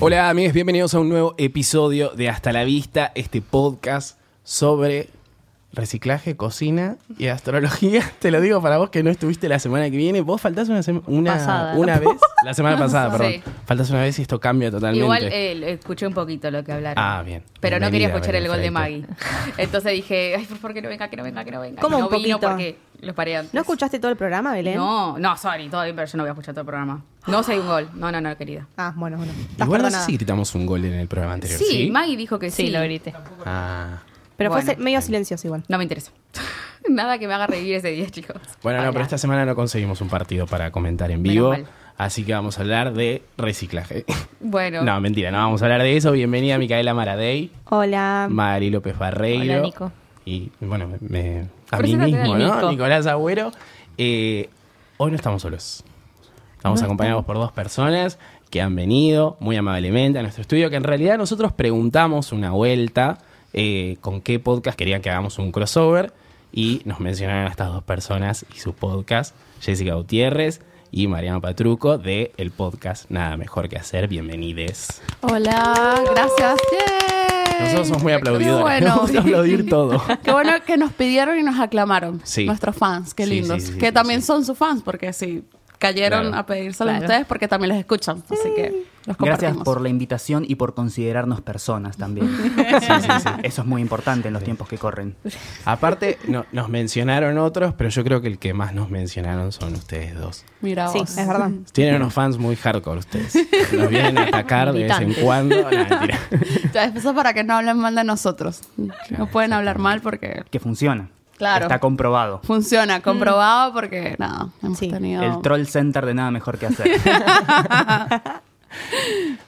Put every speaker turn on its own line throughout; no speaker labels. Hola amigos, bienvenidos a un nuevo episodio de Hasta la Vista, este podcast sobre reciclaje, cocina y astrología. Te lo digo para vos que no estuviste la semana que viene. Vos faltás una, sema- una,
Pasada.
una vez. La semana pasada, perdón.
Sí.
Faltás una vez y esto cambia totalmente.
Igual eh, escuché un poquito lo que hablaron.
Ah, bien.
Pero
Bienvenida,
no quería escuchar el gol de Maggie.
Benefredito.
Entonces dije, ay, por favor, que no venga, que no venga, que no venga.
¿Cómo
Y no
un
vino
poquito?
porque los paré antes.
¿No escuchaste todo el programa, Belén?
No, no, sorry, todo bien, pero yo no voy a escuchar todo el programa. No soy un gol. No, no, no, querida.
Ah, bueno, bueno. Estás
Igual no sé
perdonada.
si gritamos un gol en el programa anterior.
Sí,
Sí,
Maggie dijo que sí.
Sí, lo grité.
Ah.
Pero
Bueno.
fue se- medio silencioso igual.
No me interesa. Nada que me haga revivir ese día, chicos.
Bueno, no,
Hola.
pero esta semana no conseguimos un partido para comentar en
Menos
vivo.
mal.
Así que vamos a hablar de reciclaje.
Bueno.
No, mentira, no vamos a hablar de eso. Bienvenida Micaela Maradei,
Hola.
Mari López Barreiro.
Ah. Hola, Nico.
Y bueno, me- me- a mí
Preséntate
mismo,
al
¿no?
Nico.
Nicolás Agüero. Eh, hoy no estamos solos. Estamos acompañados por dos personas que han venido muy amablemente a nuestro estudio, que en realidad nosotros preguntamos una vuelta eh, con qué podcast querían que hagamos un crossover y nos mencionaron a estas dos personas y su podcast, Jessica Gutiérrez y Mariano Patruco de el podcast Nada Mejor Que Hacer. Bienvenides.
Hola, gracias. Yay.
Nosotros somos muy aplaudidos.
Qué bueno.
Nos gusta aplaudir todo.
Qué bueno que nos pidieron y nos aclamaron
Sí.
nuestros fans, qué
Sí,
lindos.
sí, sí,
que
sí,
también
sí.
son sus fans, porque sí, cayeron
Claro.
a pedírselo a
Claro.
ustedes porque también les escuchan. Así que los
Gracias
compartimos.
por la invitación y por considerarnos personas también. Sí, sí, sí. Eso es muy importante en los tiempos que corren.
Aparte, no- nos mencionaron otros, pero yo creo que el que más nos mencionaron son ustedes dos.
Mira
Sí,
vos.
es verdad.
Tienen unos fans muy hardcore ustedes. Nos vienen a atacar de vez en
Militantes.
cuando. No, mentira.
Ya, eso es para que no hablen mal de nosotros. No pueden hablar mal porque
Que funciona.
Claro.
Está comprobado.
funciona, comprobado porque nada, hemos
Mm. Sí.
tenido...
El troll center de nada mejor que hacer.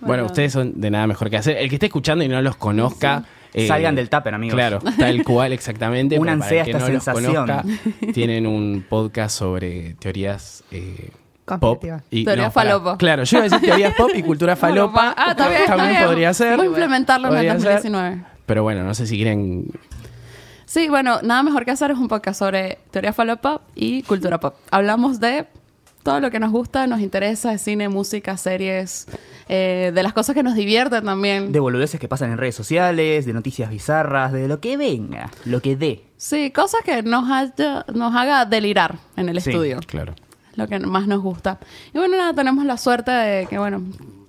Bueno, ustedes son de nada mejor que hacer. El que esté escuchando y no los conozca. eh,
Salgan del tupper, amigos.
Claro, tal cual, exactamente. pero
Únanse
para
a
el que
esta
no los
sensación.
conozca, tienen un podcast sobre teorías eh, pop.
Conspirativas.
Y,
Teoría
pará.
falopa.
Claro, yo iba a decir teorías pop y cultura falopa.
Ah, está bien, está
También
bien.
podría ser.
Voy a implementarlo en el
Podría ser.
2019.
Pero bueno, no sé si quieren
Sí, bueno, nada mejor que hacer es un podcast sobre teoría falopa y cultura pop. Hablamos de todo lo que nos gusta, nos interesa, de cine, música, series, eh, de las cosas que nos divierten también.
De boludeces que pasan en redes sociales, de noticias bizarras, de lo que venga, lo que dé.
Sí, cosas que nos, haya- nos haga delirar en el
Sí.
estudio,
Claro.
lo que más nos gusta. Y bueno, nada, tenemos la suerte de que, bueno,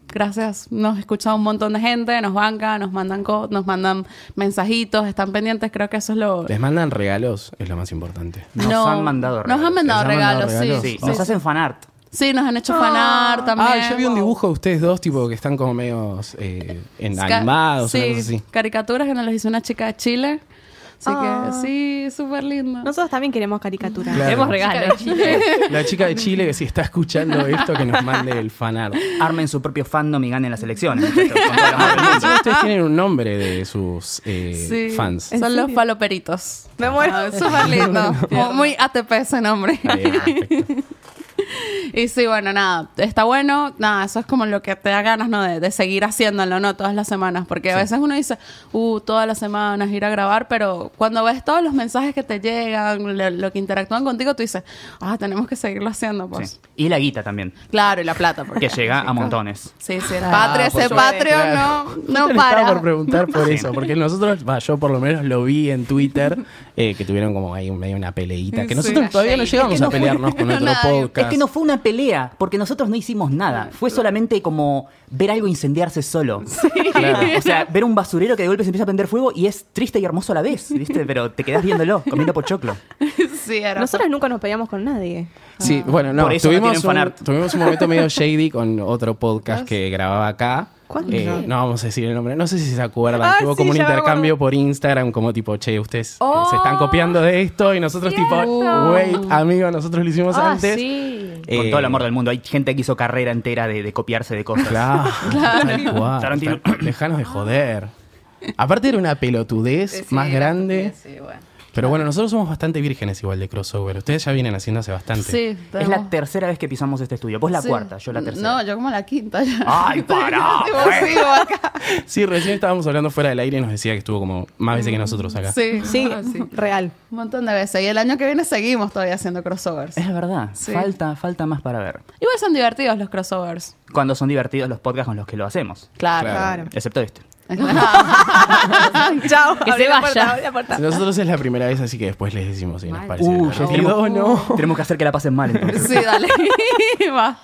gracias, nos escucha un montón de gente, nos banca, nos mandan, co- nos mandan mensajitos, están pendientes, creo que eso es lo...
Les mandan regalos, es lo más importante.
Nos
No,
han mandado regalos.
Nos han mandado
¿Les han mandado
regalos, sí,
regalos?
Sí,
sí.
nos
sí.
hacen fanart.
Sí, nos han hecho fanar también.
Ah, yo vi un dibujo de ustedes dos, tipo, que están como medio eh, en-
Ca-
animados,
sí,
una cosa así.
caricaturas que nos las hizo una chica de Chile. Así
Ah.
que sí, súper lindo.
Nosotros también queremos caricaturas.
Claro.
Queremos regalos.
La chica de Chile que si está escuchando esto, que nos mande el fanart.
Armen su propio fandom y ganen las elecciones. muchachos, con todo el amor del
Ah,
mundo.
encima ustedes tienen un nombre de sus eh,
Sí,
fans.
Son los faloperitos.
Me muero.
Ah, súper lindo. Como muy ATP ese nombre.
Ahí, perfecto.
y sí, bueno, nada. Está bueno. Nada, eso es como lo que te da ganas, ¿no? De, de seguir haciéndolo, ¿no? Todas las semanas. Porque a veces uno dice, uh, todas las semanas ir a grabar. Pero cuando ves todos los mensajes que te llegan, lo, lo que interactúan contigo, tú dices, ah, tenemos que seguirlo haciendo, pues.
Sí. Y la guita también,
Claro, y la plata.
que
Porque
llega a montones.
Sí, sí, el
Ah,
patrio, ese
pues
Yo-
patrio
Ah, claro.
no,
Te
no
lo Estaba por
para.
preguntar por eso, porque nosotros, va, yo por lo menos lo vi en Twitter, eh, que tuvieron como ahí medio una peleita, que
Sí,
nosotros
una
todavía no
shade.
llegamos
Es que
a
no fue-
pelearnos con otro
Nadie.
podcast.
Es que no fue una pelea, porque nosotros no hicimos nada. Fue solamente como ver algo incendiarse solo. Claro. O sea, ver un basurero que de golpe se empieza a prender fuego y es triste y hermoso a la vez, ¿viste? Pero te quedás viéndolo, comiendo pochoclo.
sí, era.
Nosotros nunca nos peleamos con nadie.
Sí, bueno, no,
Por eso no
tuvimos,
tienen
un,
fanart.
tuvimos un momento medio shady con otro podcast que grababa acá.
¿Cuál?
Eh, no vamos a decir el nombre, no sé si se acuerdan.
Ah,
Hubo
sí,
como un
ya me
intercambio por Instagram, como tipo, che, ustedes eh, se están copiando de esto y nosotros, tipo, wait, amigo, nosotros lo hicimos
Ah,
antes.
sí.
Eh,
Con todo el amor del mundo. Hay gente que hizo carrera entera de, de copiarse de cosas.
Claro, tal cual.
Tarantino.
Dejanos de joder. Aparte, era una pelotudez
Sí,
más
era
grande.
estupidez, sí, bueno.
Pero bueno, nosotros somos bastante vírgenes igual de crossover. Ustedes ya vienen haciendo hace bastante.
Sí,
Es la
tenemos-
tercera vez que pisamos este estudio. Vos la
sí.
cuarta, yo la tercera.
No, yo como la quinta ya.
¡Ay, pará,
Sí,
pues!
sigo acá.
Sí, recién estábamos hablando fuera del aire y nos decía que estuvo como más veces que nosotros acá.
Sí,
Sí,
Ah,
real.
Un montón de veces. Y el año que viene seguimos todavía haciendo crossovers.
Es verdad.
Sí.
Falta, falta más para ver.
Igual son divertidos los crossovers.
Cuando son divertidos los podcasts con los que lo hacemos.
Ah, Claro. Ah,
Claro.
Claro.
Excepto este.
Chao.
Que se
abrí la
vaya.
puerta, abrí la puerta.
Si Nosotros es la primera vez, así que después les decimos si nos
Mal.
parece.
Uh, ya
divertido o no.
Tenemos que hacer que la pasen mal entonces.
Sí, dale. Va.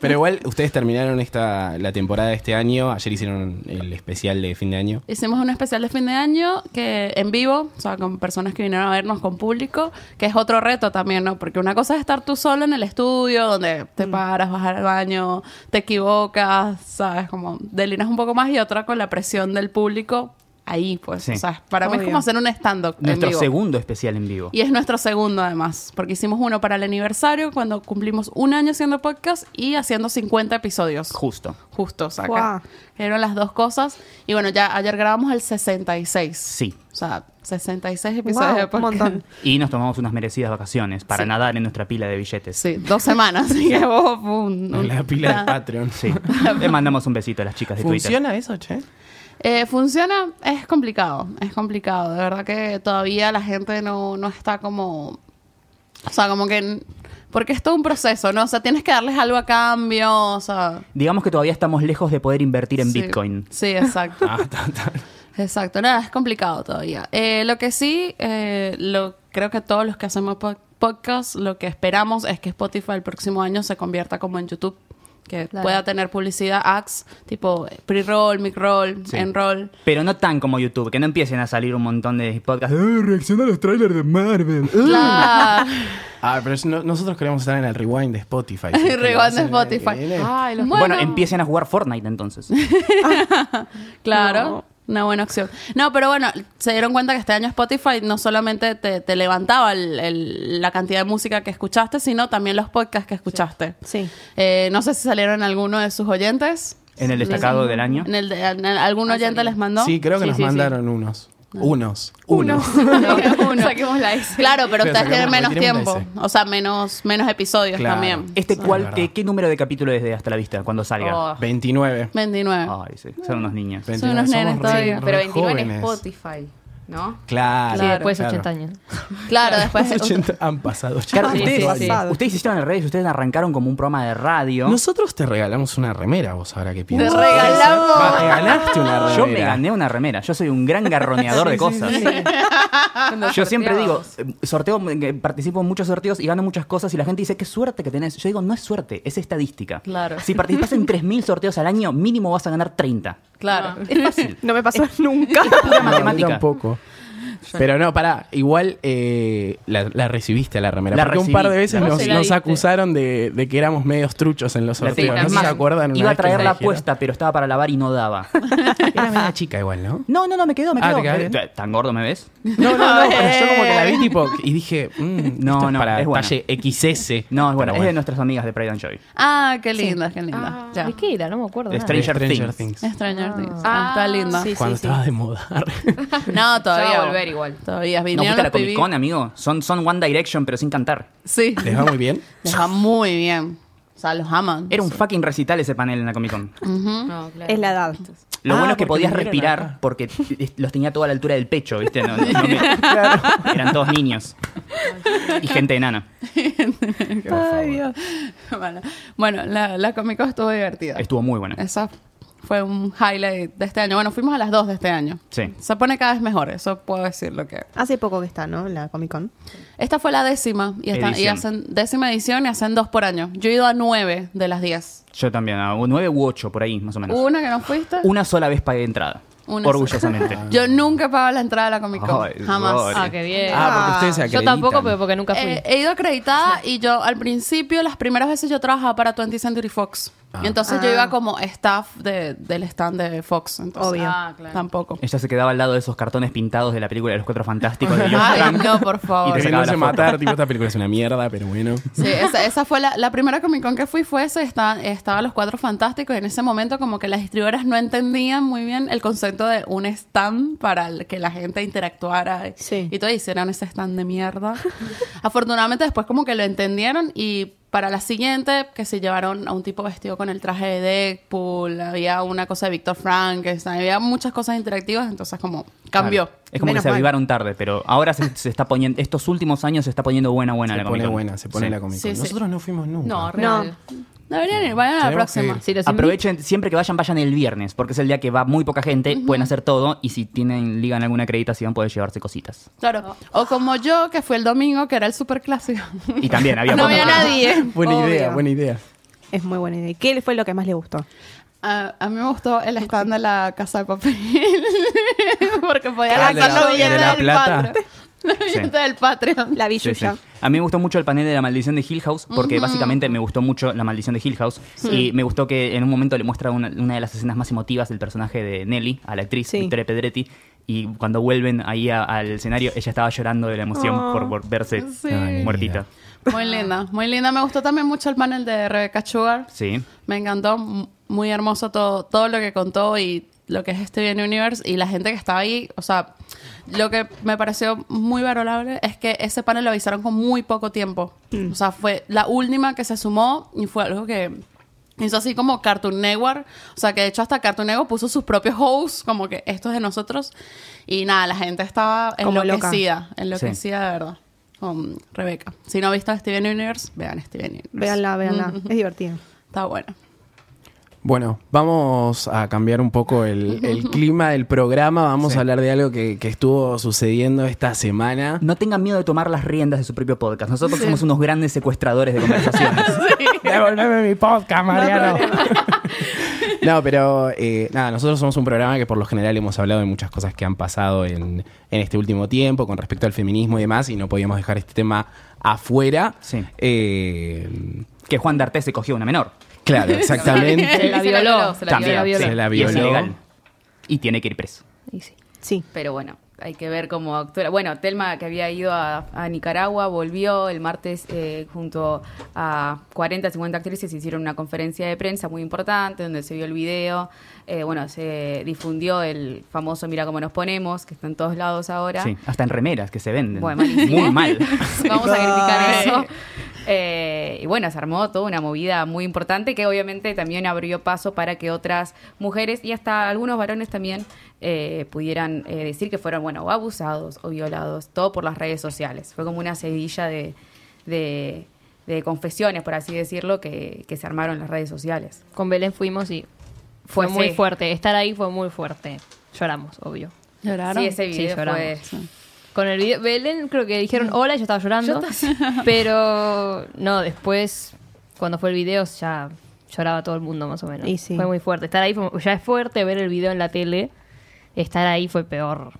Pero igual, ustedes terminaron esta la temporada de este año. Ayer hicieron el especial de fin de año.
Hicimos un especial de fin de año que en vivo, o sea, con personas que vinieron a vernos, con público, que es otro reto también, ¿no? Porque una cosa es estar tú solo en el estudio, donde te
Mm.
paras, vas al baño, te equivocas, ¿sabes? Como delinas un poco más y otra con la presión del público ahí, pues.
Sí.
O sea, para mí es
Obvio.
como hacer un stand-up. en
Nuestro
vivo.
segundo especial en vivo.
Y es nuestro segundo además, porque hicimos uno para el aniversario cuando cumplimos un año haciendo podcast y haciendo 50 episodios.
Justo.
Justos
Guau.
acá. Que Eran las dos cosas. Y bueno, ya ayer grabamos el 66.
Sí.
O sea, 66 episodios
Guau,
de
un
podcast.
montón.
Y nos tomamos unas merecidas vacaciones para nadar en nuestra pila de billetes.
Sí, dos semanas. Así que oh, vos, fue un- un-
La pila de Patreon.
Sí. Le mandamos un besito a las chicas de Twitter.
¿Funciona eso, che?
Eh, funciona, es complicado, es complicado. De verdad que todavía la gente no, no está como. O sea, como que. n- Porque es todo un proceso, ¿no? O sea, tienes que darles algo a cambio, o sea.
Digamos que todavía estamos lejos de poder invertir en
Sí.
Bitcoin.
Sí, exacto.
Ah, está, está.
Exacto, nada, es complicado todavía. Eh, lo que sí, eh, lo, creo que todos los que hacemos po- podcast, lo que esperamos es que Spotify el próximo año se convierta como en YouTube, que
Claro.
pueda tener publicidad, ads, tipo eh, pre-roll, mid-roll,
Sí.
end-roll.
Pero no tan como YouTube, que no empiecen a salir un montón de podcasts. "Eh, reacciona a los trailers de Marvel. Eh".
Claro.
Ah, pero es- no- nosotros queremos estar en el rewind de Spotify. ¿sí? Que lo
Rewind de
hacen el E. año que
Spotify.
viene.
Ay, los-
Bueno, empiecen a jugar Fortnite entonces.
Claro.
No.
Una buena opción. No, pero bueno, se dieron cuenta que este año Spotify no solamente te, te levantaba el- el- la cantidad de música que escuchaste, sino también los podcasts que escuchaste.
Sí.
Eh, no sé si salieron alguno de sus oyentes.
En el destacado del año.
En el de- en el- ¿Algún oyente les mandó?
Ah, Sí, creo que nos
sí, sí.
mandaron unos. Unos. Unos.
Uno.
Saquemos la S.
Claro, pero
Pero
ustedes
sacamos-
tienen menos
retiremos la
tiempo. O sea, menos, menos episodios
Claro.
también.
Este
Sí, es
cual,
verdad.
¿qué, qué número de capítulo es de Hasta la Vista cuando salga?
Oh.
29.
29.
Ah.
Ay, sí, son unos niños.
29.
Son unos nenes
re-
todavía.
re
Pero 29 en
jóvenes.
Spotify, ¿no?
Claro.
Sí, después de
claro.
80 años.
Claro, después.
Los 80 han pasado ya.
Claro,
Sí,
ustedes,
sí, sí.
ustedes hicieron en redes, ustedes arrancaron como un programa de radio.
Nosotros te regalamos una remera, vos ahora que piensas.
regalamos.
Me regalaste una remera.
Yo me gané una remera, yo soy un gran garroneador de cosas.
Ah.
Yo siempre digo, eh, sorteo, eh, participo en muchos sorteos y gano muchas cosas y la gente dice, qué suerte que tenés. Yo digo, no es suerte, es estadística.
Claro.
Si participas en 3.000 sorteos al año, mínimo vas a ganar 30.
Claro.
Es fácil.
No me pasó nunca.
Pura
No,
matemática.
yo tampoco. Pero no, pará, igual eh, la, la recibiste la remera.
La
porque
recibí.
un par de veces
Vos
nos,
se la
nos
diste.
acusaron de, de que éramos medios truchos en los
La
sorteos.
tengo.
no
Es
sé si
más,
se acuerdan. una
Iba a
vez que
traer
me
la
dijeron.
apuesta, pero estaba para lavar y no daba.
Era media chica igual, ¿no?
No, no, no, me quedó, me
Ah,
quedó.
¿te quedó bien?
¿Tan gordo me ves?
No, no, no. pero yo como que la vi tipo y dije, mm,
No,
esto es
no,
para
es buena.
talle XS.
No, es bueno,
Pero
es de nuestras amigas de Pride and Joy.
Ah, qué linda, qué linda. Ya.
¿De Ah, qué era? No me acuerdo.
De
nada.
Stranger
Stranger
Things.
Things.
Stranger Things. Ah, está linda.
Sí,
Cuando
sí, sí.
estabas de moda.
No, todavía.
Ya va a volver igual.
Todavía.
No
Vinieron
gusta la
los
Comic
pibí-
Con, amigo. Son, son One Direction, pero sin cantar.
Sí.
¿Les va muy bien?
Les va muy bien. O sea, los aman.
Era un fucking recital ese panel en la Comic Con.
No, claro.
¿Mm? Es la edad.
Lo
Ah,
bueno es
porque
que podías
vinieron
respirar
acá.
porque eh, los tenía toda a la altura del pecho, ¿viste? No- no- no me- Eran todos niños. Y gente enana.
Ay, Dios. Bueno, bueno, la, la Comic Con estuvo divertida.
Estuvo muy buena.
Esa fue un highlight de este año. Bueno, fuimos a las dos de este año.
Sí.
Se pone cada vez mejor, eso puedo decir lo que.
Hace poco que está, ¿no? La Comic Con.
Esta fue la décima y, esta- y
Edición.
hacen décima edición y hacen dos por año. Yo he ido a nueve de las diez.
Yo también, a un nueve u ocho por ahí, más o menos.
Hubo Una que no fuiste.
Una sola vez pagué entrada.
Una
orgullosamente.
sola. Yo nunca pagaba la entrada a la Comic Con.
Ay,
jamás.
Lord.
Ah, qué
Eh,
bien.
Ah, porque ustedes se
Yo
acreditan.
tampoco, pero porque nunca fui.
Eh, he ido acreditada y yo al principio, las primeras veces yo trabajaba para 20 Century Fox.
Ah.
Entonces yo iba como staff de- del stand de Fox. Entonces,
Obvio.
Ah, claro. Tampoco.
Ella se quedaba al lado de esos cartones pintados de la película de los Cuatro Fantásticos de Josh
Ay,
Trank.
no, por favor.
Y te sacaba la
Queriéndose
foto.
matar, tipo, esta película es una mierda, pero bueno.
Sí, esa, esa fue la, la primera Comic Con que fui, fue esa, estaban estaba Los Cuatro Fantásticos y en ese momento como que las distribuidoras no entendían muy bien el concepto de un stand para el- que la gente interactuara y,
Sí.
y todo, hicieron ese stand de mierda. Afortunadamente después como que lo entendieron y para la siguiente que se llevaron a un tipo vestido con el traje de Deadpool, había una cosa de Victor Frankenstein, había muchas cosas interactivas, entonces como cambió.
Claro. Es como
Menos
que se
mal.
avivaron tarde, pero ahora se, se está poniendo, estos últimos años se está poniendo buena, buena
Se
la
pone
Comic-Con.
buena, se pone
Sí.
la Comic
Sí,
Con.
sí.
Nosotros no fuimos nunca.
No,
real.
real.
Deberían ir, vayan a la
Tenemos que
próxima.
ir.
Sí, los invito.
Aprovechen, siempre que vayan, vayan el viernes, porque es el día que va muy poca gente, pueden hacer todo y si tienen, ligan alguna acreditación, pueden llevarse cositas.
Claro. O como yo, que fue el domingo, que era el super clásico.
Y también había
no
poca
había
gente.
nadie.
Buena idea,
Obvio.
buena idea.
Es muy buena idea. ¿Y ¿Qué fue lo que más le gustó?
A, a mí me gustó el stand de la casa de papel. Porque podía
Ah, de
lanzar
la-
los
de
billetes
la
del
plata.
Patreon. Los billetes del Patreon.
La
Sí, sí.
billulla.
A mí me gustó mucho el panel de la maldición de Hill House, porque básicamente me gustó mucho la maldición de Hill House. Y me gustó que en un momento le muestra una, una de las escenas más emotivas del personaje de Nelly, a la actriz
Sí.
Victoria Pedretti. Y cuando vuelven ahí a- al escenario, ella estaba llorando de la emoción
Oh.
por, por verse
Ah, Sí.
Ay,
muertita.
Muy linda, muy linda. Me gustó también mucho el panel de Rebecca Sugar.
Sí.
Me encantó, m- muy hermoso todo, todo lo que contó y lo que es este Bien Universe y la gente que estaba ahí. O sea, lo que me pareció muy valorable es que ese panel lo avisaron con muy poco tiempo.
Mm.
O sea, fue la última que se sumó y fue algo que hizo así como Cartoon Network. O sea, que de hecho hasta Cartoon Network puso sus propios hosts, como que esto es de nosotros. Y nada, la gente estaba
Como loca.
enloquecida, enloquecida de verdad. Con Rebeca. Si no han visto Steven Universe, vean Steven Universe.
Véanla, véanla. Es divertido.
Está bueno.
Bueno, vamos a cambiar un poco el, el clima del programa. Vamos a hablar de algo que, que estuvo sucediendo esta semana.
No tengan miedo de tomar las riendas de su propio podcast. Nosotros somos unos grandes secuestradores de conversaciones.
Devolveme mi podcast, Mariano. No, pero eh, nada, nosotros somos un programa que por lo general hemos hablado de muchas cosas que han pasado en, en este último tiempo con respecto al feminismo y demás, y no podíamos dejar este tema afuera.
Sí.
Eh,
que Juan D'Artes se cogió una menor.
claro, exactamente.
Se la violó, se la
También.
violó.
Se la
Y es
violó.
ilegal. Y tiene que ir preso.
Y sí.
Sí.
Pero bueno, hay que ver cómo actúa. Bueno, Telma, que había ido a, a Nicaragua, volvió el martes eh, junto a 40, 50 actrices, hicieron una conferencia de prensa muy importante donde se vio el video. Eh, bueno, se difundió el famoso Mira cómo nos ponemos, que está en todos lados ahora.
Sí, hasta en remeras que se venden.
Bueno, malísimo.
Muy mal.
Vamos a criticar
Ay.
eso. Eh, y bueno, se armó toda una movida muy importante que obviamente también abrió paso para que otras mujeres y hasta algunos varones también eh, pudieran eh, decir que fueron, bueno, o abusados o violados, todo por las redes sociales. Fue como una sedilla de, de- de confesiones, por así decirlo, que, que se armaron en las redes sociales.
Con Belén fuimos y fue
Fue
muy
sí.
fuerte. Estar ahí fue muy fuerte. Lloramos, obvio.
Lloraron.
Sí, ese video
lloramos.
fue...
Con el video, Belén creo que dijeron hola y yo estaba llorando. Pero no, después, cuando fue el video, ya lloraba todo el mundo más o menos.
Y sí.
Fue muy fuerte. Estar ahí fue- ya es fuerte ver el video en la tele. Estar ahí fue peor.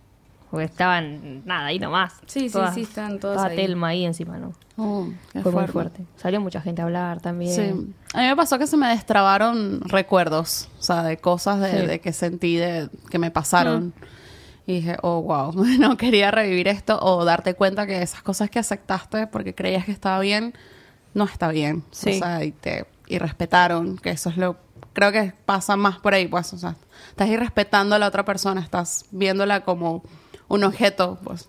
Porque estaban, nada, ahí nomás.
Sí, sí, sí, estaban todos
Estaba
ahí.
Telma ahí encima, ¿no?
Oh, qué
fue muy fuerte. Salió mucha gente a hablar también.
Sí. A mí me pasó que se me destrabaron recuerdos, o sea, de cosas de,
Sí.
de que sentí, de que me pasaron. Y dije, oh, wow, no quería revivir esto o darte cuenta que esas cosas que aceptaste porque creías que estaba bien, no está bien.
Sí.
O sea, y te irrespetaron, que eso es lo... Creo que pasa más por ahí, pues, o sea, estás irrespetando a la otra persona, estás viéndola como un objeto, pues.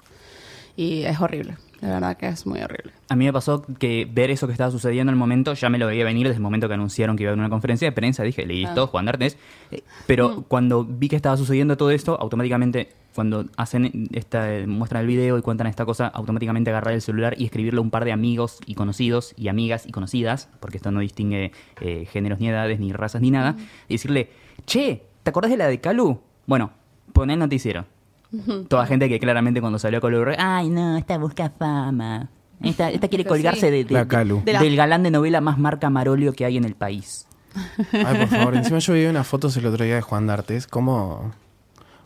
Y es horrible, de verdad que es muy horrible.
A mí me pasó que ver eso que estaba sucediendo en el momento, ya me lo veía venir desde el momento que anunciaron que iba a haber una conferencia de prensa, dije, listo, Juan D'Artes. Eh, Pero cuando vi que estaba sucediendo todo esto, automáticamente, cuando hacen esta, muestran el video y cuentan esta cosa, automáticamente agarrar el celular y escribirle a un par de amigos y conocidos, y amigas y conocidas, porque esto no distingue eh, géneros ni edades, ni razas, ni nada, y decirle, che, ¿te acordás de la de Calu? Bueno, poné el noticiero. Toda gente que claramente cuando salió a color, ay no, esta busca fama. Esta, esta quiere colgarse de, de-
La Calu.
de- del galán de novela más marca Marolio que hay en el país.
Ay, por favor, encima yo vi unas fotos el otro día de Juan D'Artes, cómo,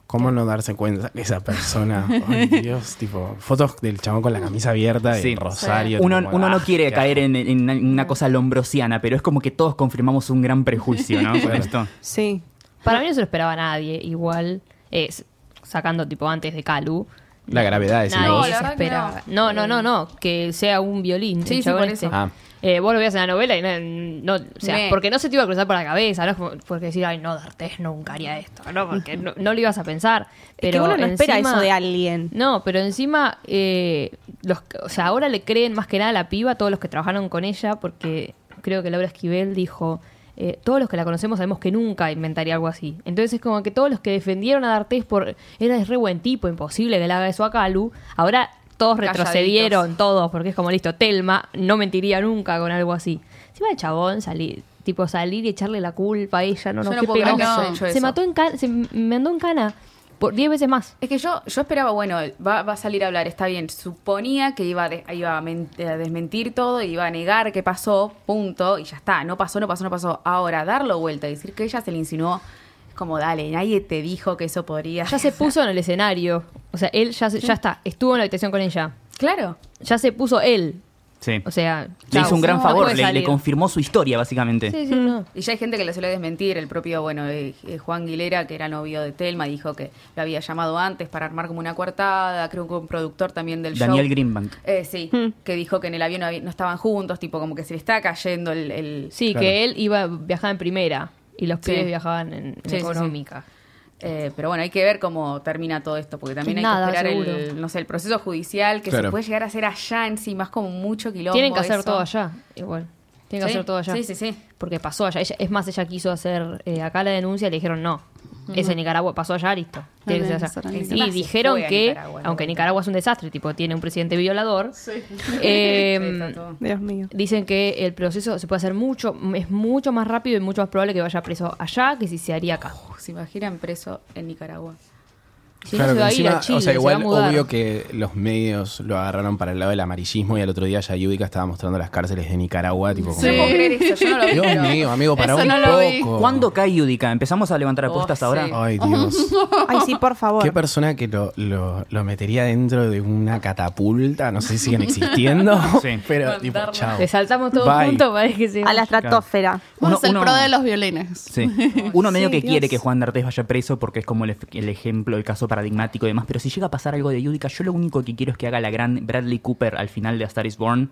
¿Cómo no darse cuenta que esa persona, ay Dios, tipo, fotos del chabón con la camisa abierta
Sí.
y Rosario.
Uno,
tipo,
uno
ah,
no quiere
qué
caer en, en una cosa lombrosiana, pero es como que todos confirmamos un gran prejuicio, ¿no? Con esto.
Sí.
Para mí no se lo esperaba nadie, igual, eh, s- sacando tipo antes de Calu.
La gravedad es
Nadie
No,
vos.
la
se
verdad que
esperaba.
no.
No, no, no, no, que sea un violín. el
Sí, sí,
chabón
por
este.
eso.
Ah.
Eh, vos lo veías en la novela y no, no- o sea,
Me-
porque no se te iba a cruzar por la cabeza, no es como- porque decir, ay, no, D'Artés nunca haría esto, no, porque no, no lo ibas a pensar. Pero
es que uno no espera
encima-
eso de alguien.
No, pero encima, eh, los, o sea, ahora le creen más que nada a la piba, todos los que trabajaron con ella, porque creo que Laura Esquivel dijo, eh, todos los que la conocemos sabemos que nunca inventaría algo así. Entonces, como que todos los que defendieron a D'Artés por, era es re buen tipo, imposible que le haga eso a Calu, ahora todos
Calladitos.
retrocedieron, todos, porque es como, listo, Telma no mentiría nunca con algo así. Encima el chabón salir... Tipo salir y echarle la culpa a ella, no,
Yo
no,
no
qué
puedo creer
penoso.
que haya hecho
Se
eso.
mató en cana, se mandó en cana por 10 veces más.
Es que yo, yo esperaba, bueno, va, va a salir a hablar, está bien. Suponía que iba, a de- iba a, men- a desmentir todo, iba a negar que pasó, punto, y ya está. No pasó, no pasó, no pasó. Ahora, darlo vuelta y decir que ella se le insinuó, es como, dale, nadie te dijo que eso podría.
ya se puso en el escenario. O sea, él ya, se- ya está, estuvo en la habitación con ella.
Claro.
Ya se puso él.
Sí.
O sea,
le
chau,
hizo un gran
no
favor,
puede
le, le
salir.
confirmó su historia, básicamente.
Sí, sí, no.
Y ya hay gente que lo suele desmentir. El propio, bueno, eh, eh, Juan Aguilera, que era novio de Telma, dijo que lo había llamado antes para armar como una coartada. Creo que un productor también del show.
Daniel Greenbank.
Eh, sí, que dijo que en el avión no, había- no estaban juntos, tipo como que se le está cayendo el... el-
Sí,
Claro.
que él iba viajaba en primera y los
Sí.
pibes viajaban en, en
Sí, sí,
económica.
eh, pero bueno, hay que ver cómo termina todo esto, porque también hay
Nada,
que esperar
seguro.
el, no sé, el proceso judicial, que
Claro.
se puede llegar a hacer allá en sí, más como mucho quilombo.
Tienen que hacer
eso.
todo allá, igual. Tienen que
Sí,
hacer todo allá.
Sí, sí, sí.
Porque pasó allá. Ella- es más, ella quiso hacer eh, acá la denuncia y le dijeron no. Es en Nicaragua, pasó allá, listo. Tiene que
Ah,
ser allá.
bien,
será.
Y
Encima se
dijeron
fue a
que,
Nicaragua, ¿no?
aunque Nicaragua es un desastre, tipo, tiene un presidente violador, eh,
Sí, está todo.
Dios mío.
Dicen que el proceso se puede hacer mucho, es mucho más rápido y mucho más probable que vaya preso allá que si se haría acá.
Uf, se imaginan preso en Nicaragua.
Si
Claro,
no se
que
va a ir
encima,
a Chile,
o sea, igual
se va a mudar.
obvio que los medios lo agarraron para el lado del amarillismo y al otro día ya Yudica estaba mostrando las cárceles de Nicaragua, tipo como,
No puedo creer eso, yo no lo
Dios
creo.
mío, amigo, para
Eso
un
no lo vi.
Oh.
poco.
¿Cuándo cae Yudica? ¿Empezamos a levantar apuestas
Oh,
ahora?
sí.
Ay, Dios.
Ay, sí, por favor.
¿Qué persona que lo, lo- lo metería dentro de una catapulta? No sé si siguen existiendo.
Sí.
Pero, tipo,
Mandarlo.
chao.
Le saltamos todos
Bye.
juntos para que se
A la estratosfera.
Vamos
Uno-
el
uno-
pro de los violines.
Sí. Uno medio que
Dios.
quiere que Juan D'Artés vaya preso porque es como el, ef- el ejemplo, el caso paradigmático y demás. Pero si llega a pasar algo de Yudica, yo lo único que quiero es que haga la gran Bradley Cooper al final de A Star is Born.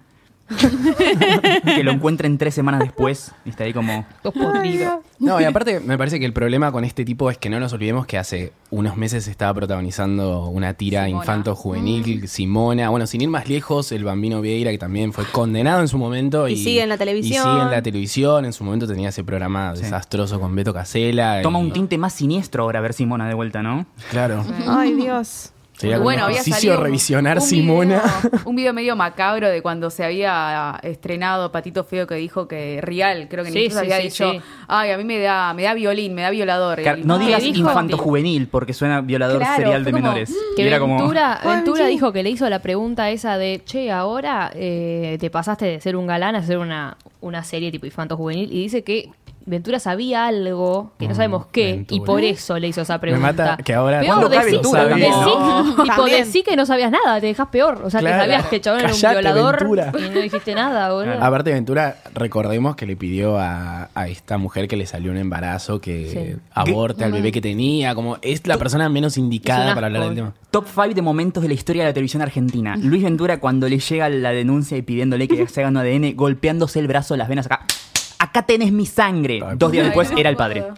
que lo encuentren tres semanas después. Y está ahí como.
Todos podridos.
No, y aparte me parece que el problema con este tipo es que no nos olvidemos que hace unos meses estaba protagonizando una tira
Simona.
infanto-juvenil, Simona. Bueno, sin ir más lejos, el Bambino Vieira, que también fue condenado en su momento.
Y sigue en la televisión.
Y sigue en la televisión. En su momento tenía ese programa desastroso con Beto Casella.
Toma
y-
un tinte más siniestro ahora a ver Simona de vuelta, ¿no?
Claro.
Ay, Dios.
Sería como
bueno,
un
había
ejercicio
salido un-
revisionar
un
Simona.
video- un video medio macabro de cuando se había estrenado Patito Feo que dijo que Rial, creo que
Sí,
ni siquiera
sí,
había
sí,
dicho,
sí.
ay, a mí me da, me da violín, me da violador.
Car-
Y-
No
¿Qué
digas
dijo?
infanto juvenil porque suena violador
Claro,
serial de
fue como,
menores. Y
Que
era como-
"Ah,
Ventura,
Ay,
Ventura
sí.
dijo que le hizo la pregunta esa de, che, ahora eh, te pasaste de ser un galán a ser una, una serie tipo infanto juvenil. Y dice que Ventura sabía algo, que no sabemos qué, y
Mm, Ventura.
por eso le hizo esa pregunta.
mata que ahora-
peor
¿Cuándo
decí,
cae Ventura
decí-
también,
no?
tipo,
También.
decí que no sabías nada, te dejas peor. O sea,
Claro.
que sabías que el chabón era un
Callate,
violador
Ventura. Ah,
y no dijiste nada, boludo.
Aparte Ventura, recordemos que le pidió a, a esta mujer que le salió un embarazo que
Sí.
aborte al bebé que tenía, como es la persona menos
Es un
indicada
asco.
para hablar del tema.
Top 5 de momentos de la historia de la televisión argentina. Luis Ventura cuando le llega la denuncia y pidiéndole que se haga un ADN, golpeándose el brazo, las venas acá. Acá tenés mi sangre.
Ay,
Dos días
Ay,
después
no
era el padre.
puedo.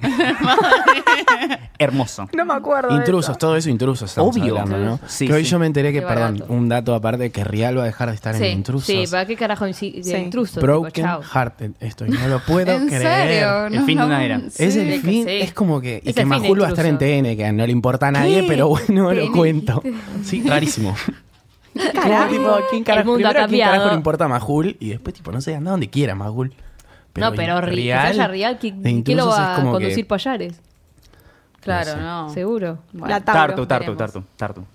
Hermoso.
No me acuerdo. de
Intrusos,
eso.
todo eso intrusos. estamos
Obvio.
hablando, ¿no?
Sí,
que hoy
sí.
yo me enteré que,
Qué
perdón,
barato.
un dato aparte, que Rial va a dejar de estar
Sí,
en intrusos.
Sí, ¿para qué carajo insi- de
Sí.
intruso? Tipo,
Broken
chao.
Hearted, esto, y no lo puedo
¿En
creer.
serio?
El fin de una era.
Sí.
Es
Sí,
el
que
fin,
sí.
es como que. Y
Es
que
el fin de
Majul va a estar en
intrusos.
TN, que no le importa a nadie,
¿Qué?
pero bueno, lo cuento. Sí, rarísimo.
Carajo.
Tipo, ¿quién carajo,
El mundo
primero,
ha
¿quién
cambiado.
carajo le importa a Majul? Y después, tipo, no sé, anda donde quiera Majul.
no, pero
real,
Ri- que haya Real, ¿qué,
de
qué lo
intrusos
va
es
a
como que-
conducir Payares?
Claro,
No sé.
no.
Seguro.
Bueno.
La
Tartu,
Tauro.
tartu,
veremos.
tartu,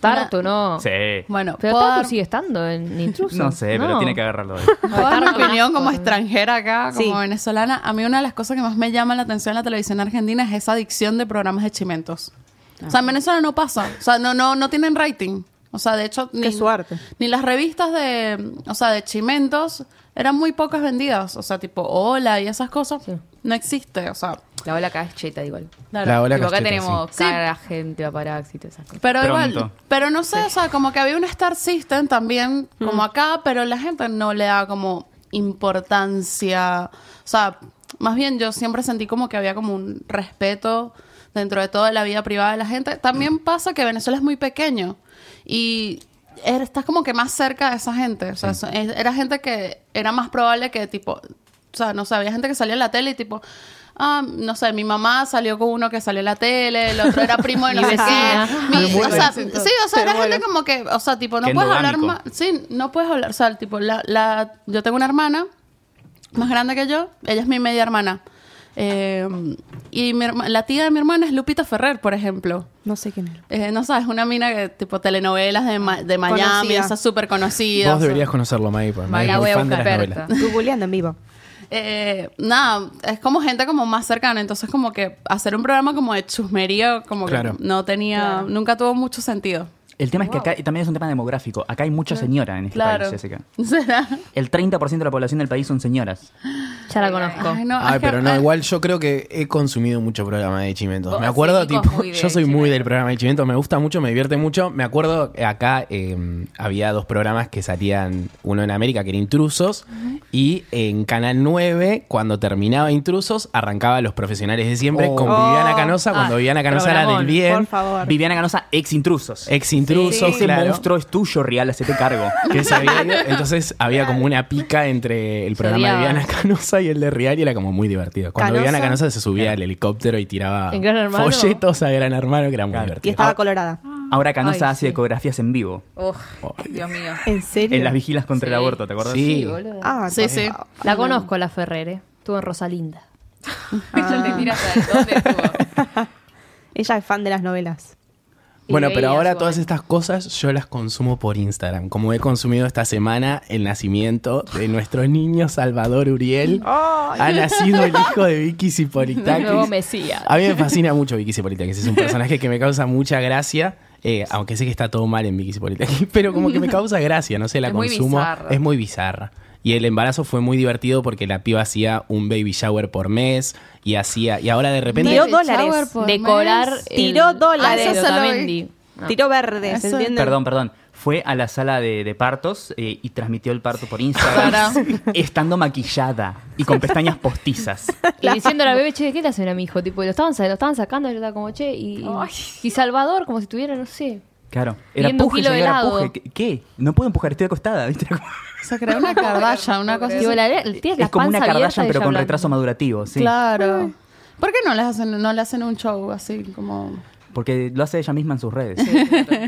tartu.
Tartu no.
Sí.
Bueno,
Pero
puedo
Tartu
dar-
sigue estando en intruso.
No sé, pero tiene que agarrarlo. ahí.
Puedo dar mi opinión como extranjera acá, como
Sí.
venezolana. A mí una de las cosas que más me llama la atención en la televisión argentina es esa adicción de programas de chimentos. O
Ah.
sea, en Venezuela no pasa. O sea, no, no, no tienen rating. O sea, de hecho, ni,
Qué suerte.
ni las revistas de, o sea, de chimentos eran muy pocas vendidas. O sea, tipo, hola y esas cosas. No existe, o sea.
La ola acá es cheta igual.
La ola
Tipo, acá
cacheta,
tenemos
sí.
cara, gente, paparazzi y todas esas cosas.
Pero igual,
Pronto.
pero no sé, o sea, como que había un Star System también, como acá, pero la gente no le da como importancia. O sea, más bien yo siempre sentí como que había como un respeto dentro de toda la vida privada de la gente. También pasa que Venezuela es muy pequeño y er- estás como que más cerca de esa gente. O sea, so- es- era gente que era más probable que tipo, o sea, no sé, había gente que salía en la tele y tipo... Ah, no sé, mi mamá salió con uno que salió en la tele, el otro era primo de no
Mi
sé
vecina.
qué. Mi-
Me
o
muero.
sea, sí, o sea,
Me
era gente
muero.
como que, o sea, tipo, no
Que
puedes hablar más.
endogámico.
Sí, no puedes hablar. O sea, tipo, la, la, yo tengo una hermana más grande que yo, ella es mi media hermana. Eh, y mi herma- la tía de mi hermana es Lupita Ferrer, por ejemplo.
No sé quién era.
Eh, no sabes, una mina que, tipo, telenovelas de, Ma- de Miami,
Conocida.
esa súper conocida.
Vos
o sea.
deberías conocerlo, Maggie, porque Maggie
La
es muy
voy a
fan de las
buscar.
novelas.
Experta.
Googleando en vivo.
Eh, nada, es como gente como más cercana, entonces como que hacer un programa como de chusmería como
Claro.
que no tenía, nunca tuvo mucho sentido.
El tema es que acá también es un tema demográfico. Acá hay mucha señora en este
Claro.
país, Jessica.
¿Será?
El 30% de la población del país son señoras.
Ya la conozco.
Ay, no,
Ay,
es que-
pero no,
eh,
igual yo creo que he consumido mucho programa de Chimentos.
Ah. Vos,
Me acuerdo,
sí, Nico,
tipo,
muy de
yo soy muy
Chimentos.
del programa de Chimentos, me gusta mucho, me divierte mucho. Me acuerdo eh, acá eh, había dos programas que salían, uno en América que era Intrusos y en Canal 9, cuando terminaba Intrusos, arrancaba Los Profesionales de Siempre
Oh.
con Viviana Canosa, cuando
Ah,
Viviana Canosa era del
programón,
bien,
Por favor.
Viviana Canosa, ex intrusos.
ex Intrusos,
Ese
claro.
monstruo es tuyo, Real, hacete cargo.
que se había ido. Entonces había como una pica entre el programa de
odiaban.
Viviana Canosa y el de Rial y era como muy divertido. Cuando
Canosa.
Viviana Canosa se subía al helicóptero y tiraba
En Gran Hermano.
folletos a Gran Hermano, que era muy
Claro.
Y
divertido.
estaba colorada.
Ahora Canosa
Ay,
hace
sí.
ecografías en vivo.
Uf, Dios mío.
¿En serio?
En las vigilas contra el
Sí.
aborto, ¿te acordás?
Sí.
boludo.
Ah,
Sí, sí.
La conozco a la Ferrere. Estuvo en Rosalinda.
Ah.
Ya te tiras a- ¿Dónde estuvo?
Ella es fan de las novelas.
Y
Bueno,
veía
pero ahora
su-
todas estas cosas yo las consumo por Instagram. Como he consumido esta semana el nacimiento de nuestro niño Salvador Uriel.
Oh,
Ha nacido el hijo de Vicky
El nuevo
Sipolitakis.
Mesías.
A mí me fascina mucho Vicky Sipolitakis. Es un personaje que me causa mucha gracia. eh, aunque sé que está todo mal en Vicky Sipolitakis, pero como que me causa gracia, no sé, la
Es muy
consumo.
bizarra.
es muy bizarra. Y el embarazo fue muy divertido porque la piba hacía un baby shower por mes y hacía. Y ahora de repente.
Dio
Baby shower
dólares.
por
Decorar.
mes.
el-
Tiró dólares. Ah.
Ah, eso
se lo vi.
Otamendi. No.
Tiró verde,
Eso-
¿se entiende?
Perdón, perdón. Fue a la sala de, de partos eh, y transmitió el parto por Instagram. Estando maquillada y con pestañas postizas.
Y diciendo a la bebé, che, ¿qué le hacen a mi hijo? Tipo, y lo estaban, sa- lo estaban sacando, y yo estaba como, che, y, y- y Salvador, como si tuviera, no sé.
Claro. Era
Viendo un
puje,
kilo de
señora,
helado.
puje. ¿Qué- ¿Qué? No puedo empujar, estoy acostada. ¿viste? Era como-
Se creó una Kardashian, una cosa
Tipo,
así.
la, el- tiene la
es como una
panza abierta
Kardashian,
y
pero
ella
con
hablando.
retraso madurativo. Sí.
Claro. ¿Por qué no le hacen, no le hacen un show así como
Porque lo hace ella misma en sus redes.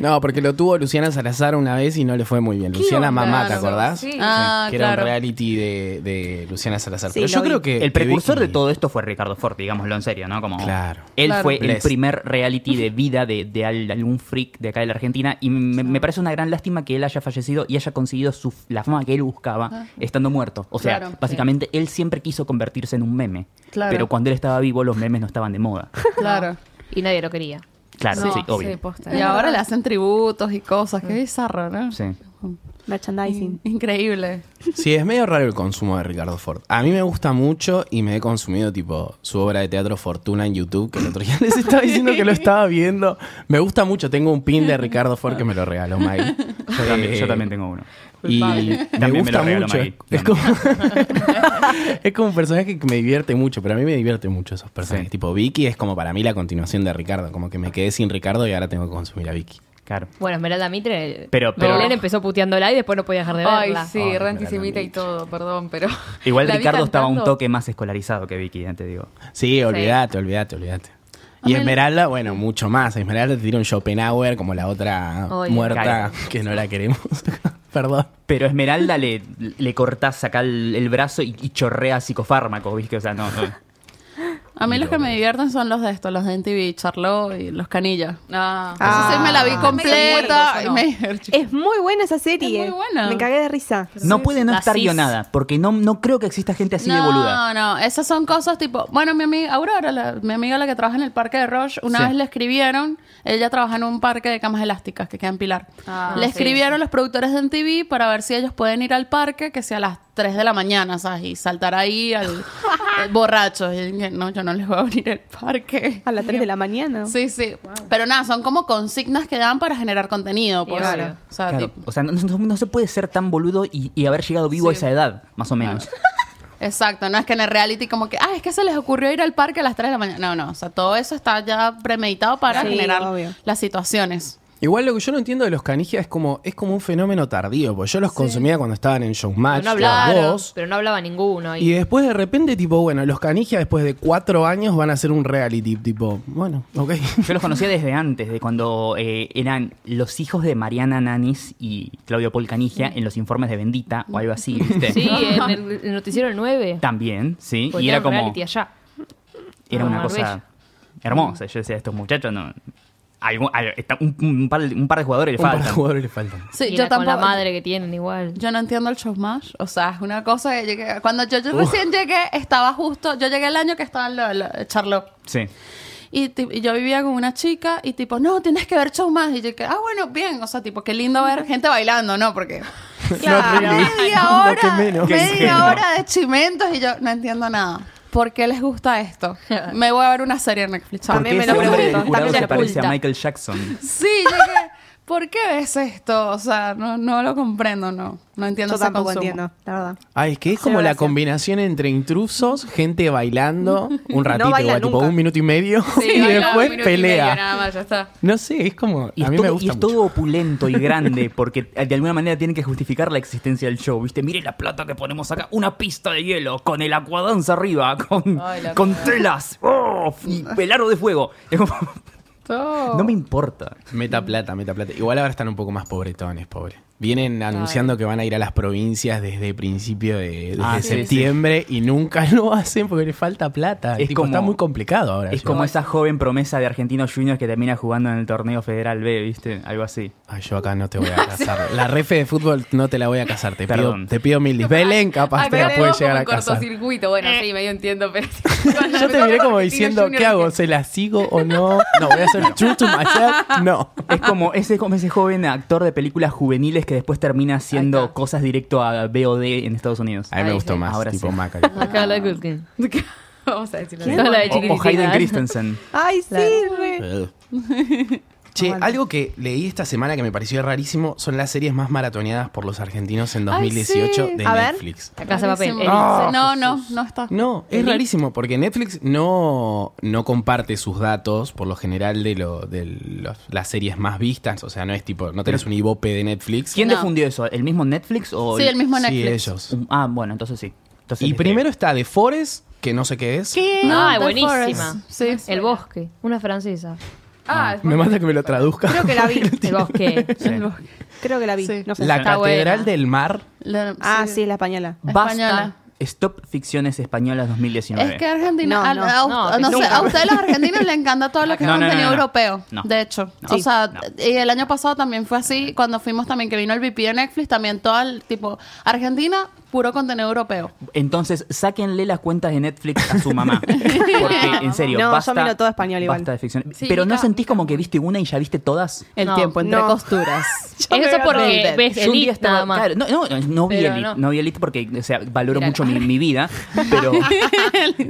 No, porque lo tuvo Luciana Salazar una vez y no le fue muy bien. Luciana
onda?
Mamá, ¿te
Claro,
acordás?
sí.
Ah,
que era
claro.
un reality de, de Luciana Salazar.
Sí,
Pero yo
lo vi.
creo que. que
El precursor
Vicky-
de todo esto fue Ricardo Forti, digámoslo en serio, ¿no? Como
Claro.
Él fue el
Bless.
primer reality de vida de, de al- algún freak de acá de la Argentina y me, me parece una gran lástima que él haya fallecido y haya conseguido su, la fama que él buscaba estando muerto. O sea,
Claro,
básicamente él siempre quiso convertirse en un meme,
Claro.
pero cuando él estaba vivo los memes no estaban de moda.
Claro.
Y nadie lo quería.
Claro,
No,
sí, obvio.
Sí, posta.
Y ahora le hacen tributos y cosas, qué bizarro, ¿no?
Sí.
Merchandising.
Increíble.
Sí, es medio raro el consumo de Ricardo Ford. A mí me gusta mucho y me he consumido, tipo, su obra de teatro Fortuna en YouTube, que el otro día les estaba diciendo que lo estaba viendo. Me gusta mucho. Tengo un pin de Ricardo Ford que me lo regaló Maggie.
Yo, también,
Eh,
yo también tengo uno.
Y me
También me
gusta
lo regaló
mucho.
Maggie.
Es como, es como un personaje que me divierte mucho, pero a mí me divierte mucho esos personajes.
Sí.
Tipo, Vicky es como para mí la continuación de Ricardo. Como que me quedé sin Ricardo y ahora tengo que consumir a Vicky.
Claro.
Bueno, Esmeralda Mitre.
Pero- pero-
Belén empezó puteándola y después no podía dejar de
Ay,
verla.
sí, re antisemita y todo, perdón, pero.
Igual
la vi
Ricardo estaba un
cantando.
toque más escolarizado que Vicky, ya te digo.
Sí, olvídate, olvídate, olvídate. Y Esmeralda, bueno, mucho más. Esmeralda te tira un Schopenhauer como la otra
Ay,
muerta
claro.
que no la queremos. Perdón.
Pero Esmeralda le, le cortás acá el, el brazo y, y chorrea psicofármacos, ¿viste? O sea, no, no.
A mí los que me divierten son los de estos, los de NTV, Charlo y los Canillas.
Ah.
Eso sí me la vi completa.
muertos,
y
¿o no?
me divertí.
Es muy buena esa serie.
Es muy buena.
Me cagué de risa.
No puede no
La
estar
cis.
guionada, porque no, no creo que exista gente así de
No,
boluda.
no, esas son cosas tipo, bueno, mi amiga Aurora, la- mi amiga la que trabaja en el parque de Roche, una
Sí.
vez le escribieron, ella trabaja en un parque de camas elásticas que queda en Pilar.
Ah,
le
sí,
escribieron los productores de MTV para ver si ellos pueden ir al parque, que sea a las 3 de la mañana, ¿sabes? Y saltar ahí al eh, borracho. Y dije, no, yo no les voy a abrir el parque.
Ah,
A las 3 de la mañana.
Sí, sí. Pero nada, son como consignas que dan para generar contenido, pues.
Claro.
O sea,
Claro,
tipo-
o sea, no, no- no se puede ser tan boludo y, y haber llegado vivo a
Sí.
esa edad, más o menos.
Exacto, no es que en el reality como que, ah, es que se les ocurrió ir al parque a las 3 de la mañana. No, no, o sea, todo eso está ya premeditado para
Sí,
generar
obvio.
las situaciones.
Igual lo que yo no entiendo de los canigias es como, es como un fenómeno tardío, porque yo los consumía cuando estaban en Showmatch,
Pero no
los
hablaba,
dos,
pero no hablaba ninguno.
y
Y,
después de repente, tipo, bueno, los canigias después de cuatro años van a hacer un reality, tipo, bueno, ok.
Yo los conocía desde antes, de cuando eh, eran los hijos de Mariana Nanis y Claudio Paul Canigia en los informes de Bendita o algo así, ¿viste?
sí, en el, el noticiero el 9.
También, sí.
porque
y era
un
como.
reality allá.
Era una
Ah,
cosa
Marbella.
hermosa. Yo decía, estos muchachos no. algún- al- está- un, un par, de- un par de jugadores le
Un par de
faltan.
jugadores le faltan.
Sí,
Y
yo
era con la
tampoco...
madre que tienen igual.
Yo no entiendo el show más, o sea, es una cosa que llegué... Cuando yo, yo recién llegué, estaba justo, yo llegué el año que estaba en lo- lo- Charlotte.
Sí.
Y, ti- y yo vivía con una chica y tipo, no, tienes que ver show más. Y yo que, ah, bueno, bien. O sea, tipo, qué lindo ver gente bailando, ¿no? Porque media
No,
hora,
que menos.
Qué ingenuo.
media hora de chimentos y yo no entiendo nada. ¿Por qué les gusta esto? Me voy a ver una serie en Netflix. chao.
A mí
Porque
me
ese
lo
hombre del
pregunto,
jurado
también
se
lo
parece a
oculta.
Michael Jackson.
Sí, yo dije, ¿por qué ves esto? O sea, no, no lo comprendo, no. No entiendo
Yo
ese
tampoco
consumo.
entiendo, la verdad.
Ay, es que es
Cero
como la
gracia.
combinación entre intrusos, gente bailando, un ratito,
baila
igual, tipo
nunca.
un minuto y medio, y después
baila un minuto y medio,
pelea.
nada más, ya está.
No sé, es como.
Y
a
es,
mí
todo,
me
y
gusta
es
mucho.
todo opulento y grande, porque de alguna manera tienen que justificar la existencia del show, ¿viste? Mire la plata que ponemos acá, una pista de hielo, con el acuadanza arriba, con,
Ay, la
con telas, ¡oh! y pelaro de fuego. Es como,
Todo.
no me importa.
Meta plata, meta plata. Igual ahora están un poco más pobretones, pobre. Vienen anunciando que van a ir a las provincias desde principio de desde
Ah, sí,
septiembre y nunca lo hacen porque le falta plata.
Es
Tipo,
como-
está muy complicado ahora.
Es
yo.
como esa joven promesa de Argentinos Juniors que termina jugando en el torneo federal B, ¿viste? Algo así.
Ay, yo acá no te voy a casar. La refe de fútbol no te la voy a casar. Te, pido,
Perdón.
te pido mil dis- Belén, capaz te la
Acá
puedes
veo
llegar
como
a
un
casar.
cortocircuito, bueno, sí, medio entiendo, pero...
Yo te miré como diciendo, ¿qué hago? ¿Se la sigo o no? No, voy a hacer true to myself. No.
Es como ese, como ese joven actor de películas juveniles que después termina haciendo cosas directo a BOD en Estados Unidos.
A mí me
Ahí
gustó
sí.
más,
Ahora
tipo
sí.
Maca.
Acá la de Culkin.
Vamos a decirlo.
Toda la de
O, o Hayden
Chiquititas.
Christensen.
Ay, sí, re.
Che, algo que leí esta semana que me pareció rarísimo son las series más maratoneadas por los argentinos en 2018
sí.
de
A ver.
Netflix.
La casa de papel. Oh.
Buenísimo.
el-
Ah,
no, no, no está.
No, es rarísimo porque Netflix no, no comparte sus datos por lo general de, lo, de los- las series más vistas. O sea, no es tipo, no tenés un ibope de Netflix.
¿Quién
No.
difundió eso? ¿El mismo Netflix o...?
Sí, el mismo
Sí,
Netflix.
ellos.
Um, Ah, bueno, entonces sí. Entonces,
Y
este,
primero está The Forest, que no sé qué es.
No,
Ah,
The
buenísima.
Forest. Sí.
El bosque. Una francesa.
Ah,
Me manda que me lo traduzca.
Creo que la vi.
El bosque.
sí.
Creo que la vi.
Sí.
No sé.
La
Está
Catedral
buena.
del Mar.
La-
Ah, sí, la española.
Basta.
Española.
Stop Ficciones Españolas 2019.
Es que Argentina,
No,
a- a,
no.
a- no
No,
sé,
nunca.
a ustedes los argentinos les encanta todo lo que
No,
es
no, no,
contenido
no, no.
europeo,
No.
de hecho.
No.
O
Sí.
sea,
No.
y el año pasado también fue así, cuando fuimos también, que vino el VP de Netflix, también todo el tipo, Argentina, puro contenido europeo.
Entonces, sáquenle las cuentas de Netflix a su mamá. Porque, en serio,
No, yo
basta...
miro todo español igual.
Basta de ficciones.
Sí,
Pero ¿no
Mica-
sentís como que viste una y ya viste todas?
El
No.
tiempo entre
No.
costuras.
Eso porque
Velvet.
ves
Yo un día
Elite
estaba-
nada más.
claro, no, no, no vi
Pero
Elite, no.
no.
vi Elite porque, o sea, valoro
Mírala.
mucho mi, mi vida, pero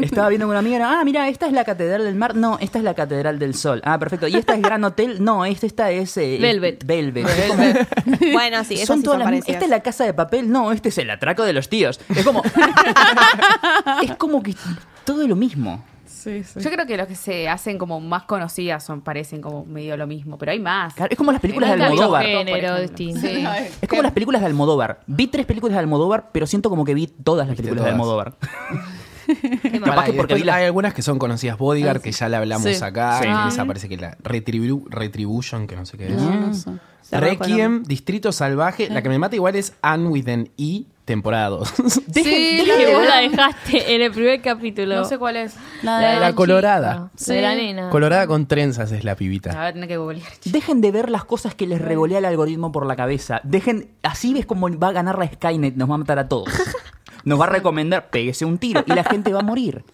estaba viendo con una amiga, era, ah, mira, esta es la Catedral del Mar, no, esta es la Catedral del Sol, ah, perfecto, y esta es Gran Hotel, no, esta, esta es... eh,
Velvet. Ah,
Velvet. Es como-
Bueno, sí, esas
son
sí
todas
son
las mismas.
parecidas.
Esta es la casa de papel, no, este es el atraco de los tíos. Es como... es como que todo es lo mismo.
Sí, sí.
Yo creo que los que se hacen como más conocidas son parecen como medio lo mismo, pero hay más.
Claro, Es como las películas de
Nunca vi un
Almodóvar.
Por
género
ejemplo.
distinto.
Sí.
Es como las películas de Almodóvar. Vi tres películas de Almodóvar, pero siento como que vi todas las películas de
todas.
Almodóvar.
Qué
Capaz
mal.
que
y después
porque vi las-
Hay algunas que son conocidas, Bodyguard, que ya la hablamos
Sí.
acá.
Sí.
y Esa parece que la Retribu- Retribution, que no sé qué
¿Eh?
es.
No, no sé.
Cerró con
Requiem, Distrito Salvaje. La que me mata igual es Anne with an E, temporada 2.
Sí,
Que
la-
vos la dejaste en el primer capítulo.
No sé cuál es.
la de-
La de la
chica,
colorada.
De la
Sí.
nena.
Colorada con trenzas es la
A
pibita.
ver, tener que googlear.
Dejen de ver las cosas que les revolea el algoritmo por la cabeza. Dejen, así ves como va a ganar la Skynet, nos va a matar a todos. Nos va a recomendar, péguese un tiro y la gente va a morir.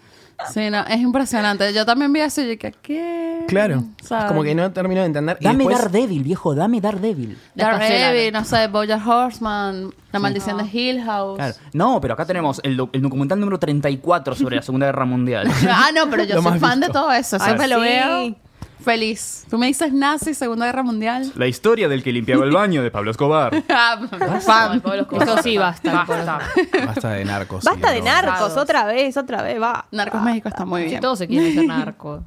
Sí, no, es impresionante. Yo también vi eso y dije, ¿qué?
Es como que no termino de entender. Y
Dame
después-
Daredevil, viejo, dame Daredevil.
Daredevil, no sé, Boya Horseman, La Maldición de Hill House.
Claro. No, pero acá tenemos el, do- el documental número 34 sobre la Segunda Guerra Mundial.
Ah, no, pero
Lo
yo
más
soy fan
visto.
de todo eso. Siempre
sí.
lo veo feliz. Tú me dices nazi, Segunda Guerra Mundial.
La historia del que limpiaba el baño de Pablo Escobar.
Ah, fan.
Eso sí, basta.
Basta de narcos. y
Basta de
drogas.
narcos, otra vez, otra vez, va.
Narcos
Ah.
México está muy bien.
Todos se quieren ser narco.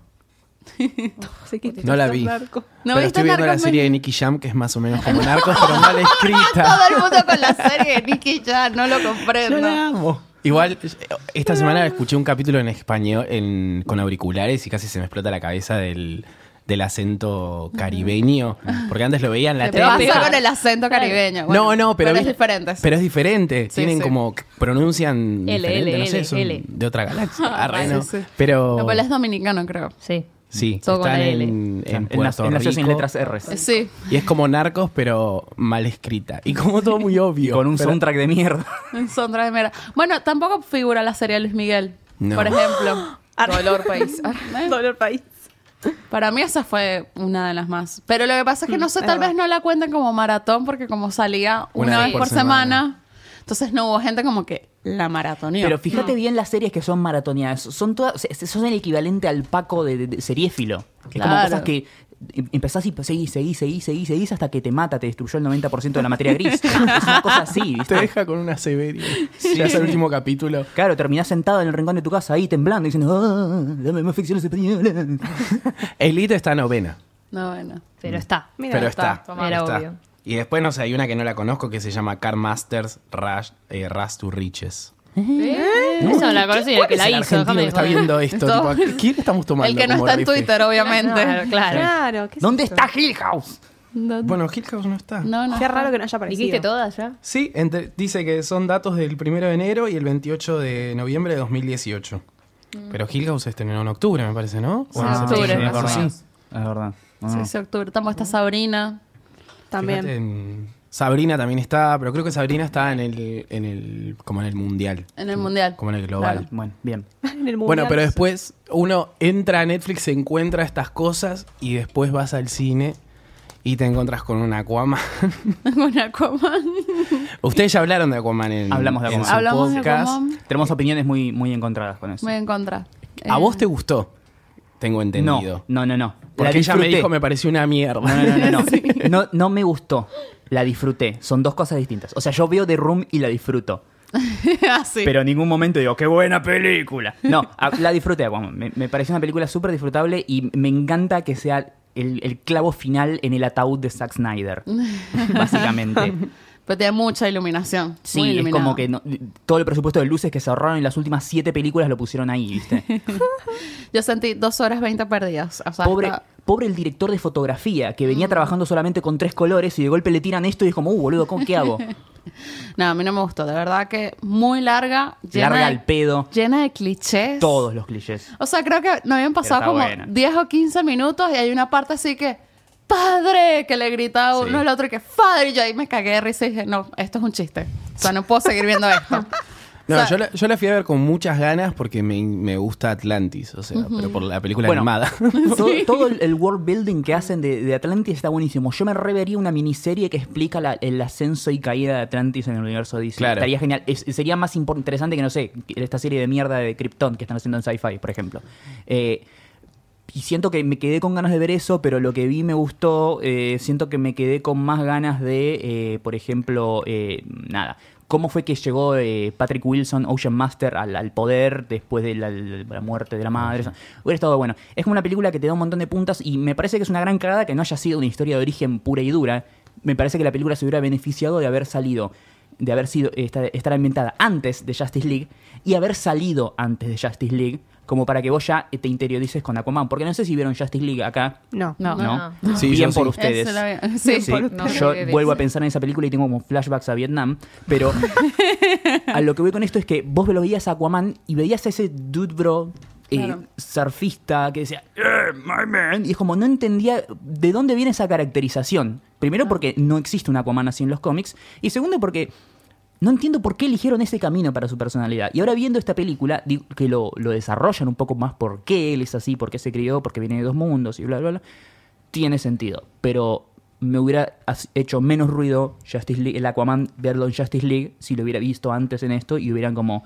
Así que-
No la vi.
¿No
pero
viste
estoy viendo la
Narcos
serie de Nicky Jam, que es más o menos como narcos, pero mal escrita.
Todo el mundo con la serie de Nicky ya, no lo comprendo.
amo. Igual, esta semana escuché un capítulo en español en- con auriculares y casi se me explota la cabeza del, del acento caribeño. Porque antes lo veía en la
Te
tele.
pasa con el acento caribeño.
no, no, pero,
es
vi-
diferente.
Pero es diferente.
Sí,
Tienen
sí.
como pronuncian
L,
diferente, no
L,
sé, son
L.
de otra galaxia. Arre,
Sí,
no.
sí.
Pero
No, pero es dominicano, creo.
Sí.
sí,
Todo con
están
la L.
en, en
En las
Puerto
en las
Rico.
sin letras E. R.
Eh, Sí.
Y es como narcos, pero mal escrita. Y como todo muy obvio.
Con un
Pero-
soundtrack de mierda.
En Sondra de Mera. Bueno, tampoco figura la serie de Luis Miguel,
No.
por ejemplo.
Dolor país.
Dolor país.
Para mí esa fue una de las más. Pero lo que pasa es que no sé,
Mm, es
tal
verdad.
vez no la cuentan como maratón porque como salía una, vez por semana, entonces no hubo gente como que la maratonió.
Pero
Mm.
fíjate bien las series que son maratoneadas. Son todas, se- son el equivalente al paco de, de- de seriéfilo. Es como
Claro.
cosas que em- empezás y seguís, seguís, seguís, seguís, seguís hasta que te mata, te destruyó el 90% de la materia gris. es una cosa así,
Te
¿viste?
deja con una severia. Ya es el último capítulo.
Claro, terminás sentado en el rincón de tu casa ahí temblando diciendo, "Ah, dame más ficciones españolas".
Elite está novena.
No, bueno.
Pero está.
Mira,
pero
está,
está.
toma.
pero
Era
está.
obvio.
Y después, no sé, hay una que no la conozco que se llama Car Masters Rush, eh, Rush to Riches.
Esa no la conocí, el que la
el
hizo.
argentino
déjame
que está
joder.
viendo esto?
Todo-
Tipo, ¿Quién estamos tomando?
El que no
como
está en
refe?
Twitter, obviamente.
Claro, claro.
Claro, ¿qué
¿Dónde está Hill House?
Bueno, Hill House no está.
No, no.
Qué raro que no haya aparecido.
¿Dijiste todas ya?
Sí, entre- dice que son datos del 1 de enero y el 28 de noviembre de 2018. Pero Hill House se estrenó en octubre, me parece, ¿no? O en
Ah,
septiembre,
Mm. octubre,
una
más o
cosa
menos.
así.
Es verdad.
Sí, sí, octubre. Estamos
Mm.
esta Sabrina.
También.
Fíjate, en- Sabrina también está, pero creo que Sabrina está en el, en el, como en el mundial.
En el mundial.
Como en el global.
Bueno, bien.
En el
Bueno,
mundial.
pero después uno entra a Netflix, se encuentra estas cosas y después vas al cine y te encontras con un Aquaman.
Con Aquaman.
Ustedes ya hablaron de Aquaman en
Hablamos de
en
Aquaman.
su
Hablamos de
podcast.
Aquaman.
Tenemos opiniones muy, muy encontradas con eso.
Voy en contra.
A
Eh,
vos te gustó, tengo
No,
entendido.
no, no, no. La
Porque ella me
disfruté.
dijo me pareció una mierda.
No, no, no, no. No, no, no me gustó. La disfruté. Son dos cosas distintas. O sea, yo veo The Room y la disfruto.
ah, sí.
Pero en ningún momento digo, ¡qué buena película! No, a- la disfruté. Aquaman. Me, me pareció una película súper disfrutable y me encanta que sea el, el clavo final en el ataúd de Zack Snyder. básicamente.
Pero tiene mucha iluminación.
Sí,
Muy
es
iluminado.
como que no- todo el presupuesto de luces que se ahorraron en las últimas siete películas lo pusieron ahí, ¿viste?
Yo sentí dos horas 20 perdidas. O sea,
Pobre,
hasta-
pobre el director de fotografía que
Mm.
venía trabajando solamente con tres colores y de golpe le tiran esto y es como, ¡uh, boludo, ¿cómo, qué hago?
No, a mí no me gustó. De verdad que muy larga. Llena
Larga
de-
al pedo.
Llena de clichés.
Todos los clichés.
O sea, creo que no habían pasado
está
como
buena.
10 o 15 minutos y hay una parte así que... ¡Padre! Que le gritaba uno al otro y que ¡Padre! Y yo ahí me cagué de risa y dije, no, esto es un chiste. O sea, no puedo seguir viendo esto.
No,
O sea-
yo, la, yo la fui a ver con muchas ganas porque me, me gusta Atlantis, o sea, pero por la película
Bueno.
animada.
Todo, todo el, el world building que hacen de, de Atlantis está buenísimo. Yo me revería una miniserie que explica la- el ascenso y caída de Atlantis en el universo de Disney.
Claro.
Estaría genial. Es- sería más impor- interesante que, no sé, que esta serie de mierda de Krypton que están haciendo en Sci-Fi, por ejemplo. Eh, y siento que me quedé con ganas de ver eso, pero lo que vi me gustó. eh, siento que me quedé con más ganas de, eh, por ejemplo, eh, nada. ¿Cómo fue que llegó eh, Patrick Wilson, Ocean Master, al, al poder después de la, la muerte de la madre? Eso- Hubiera estado bueno. Es como una película que te da un montón de puntas y me parece que es una gran cagada que no haya sido una historia de origen pura y dura. Me parece que la película se hubiera beneficiado de haber salido de haber sido estar, estar ambientada antes de Justice League y haber salido antes de Justice League, como para que vos ya te interiorices con Aquaman. Porque no sé si vieron Justice League acá.
No.
No.
No.
No.
Sí,
Bien
yo
por
sí.
ustedes.
Eso la vi- sí.
Sí,
por-
no.
yo
Ustedes.
vuelvo a pensar en esa película y tengo como flashbacks a Vietnam, pero a lo que voy con esto es que vos lo veías a Aquaman y veías a ese dude bro eh,
Claro.
surfista que decía, "Eh, my man, y es como no entendía de dónde viene esa caracterización. Primero porque no existe un Aquaman así en los cómics y segundo porque no entiendo por qué eligieron ese camino para su personalidad. Y ahora viendo esta película, digo, que lo, lo desarrollan un poco más por qué él es así, por qué se crió, porque viene de dos mundos y bla, bla, bla, tiene sentido. Pero me hubiera as- hecho menos ruido Justice League, el Aquaman verlo en Justice League si lo hubiera visto antes en esto y hubieran como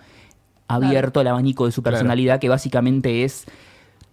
abierto el abanico de su
Claro.
personalidad, que básicamente es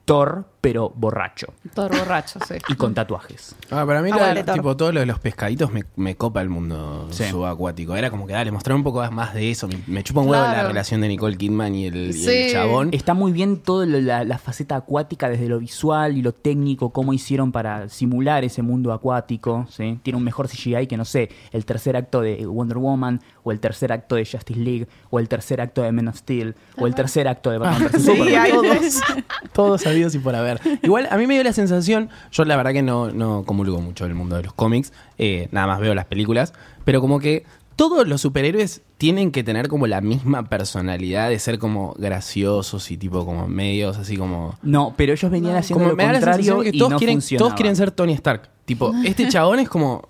Thor, pero borracho
Todo borracho, sí.
y con tatuajes.
Ah, para mí, la-
Aguante, Thor.
tipo, todo lo de los pescaditos me, me copa el mundo
Sí.
subacuático. Era como que, dale, mostrar un poco más de eso. Me, me chupa un huevo la
Claro.
relación de Nicole Kidman y el, y el
Sí.
chabón.
Está muy bien toda la, la faceta acuática desde lo visual y lo técnico, cómo hicieron para simular ese mundo acuático. ¿sí? Tiene un mejor CGI que, no sé, el tercer acto de Wonder Woman, o el tercer acto de Justice League, o el tercer acto de Men of Steel, o el tercer acto de Batman vs. Superman.
hay-
todos, todos sabidos y por haber. Igual, a mí me dio la sensación, yo la verdad que no, no comulgo mucho del mundo de los cómics, eh, nada más veo las películas, pero como que todos los superhéroes tienen que tener como la misma personalidad de ser como graciosos y tipo como medios así como...
No, pero ellos venían haciendo
Como
lo
me da la sensación
contrario
que
y
todos,
no
quieren,
funcionaba.
todos quieren ser Tony Stark. Tipo, este chabón es como...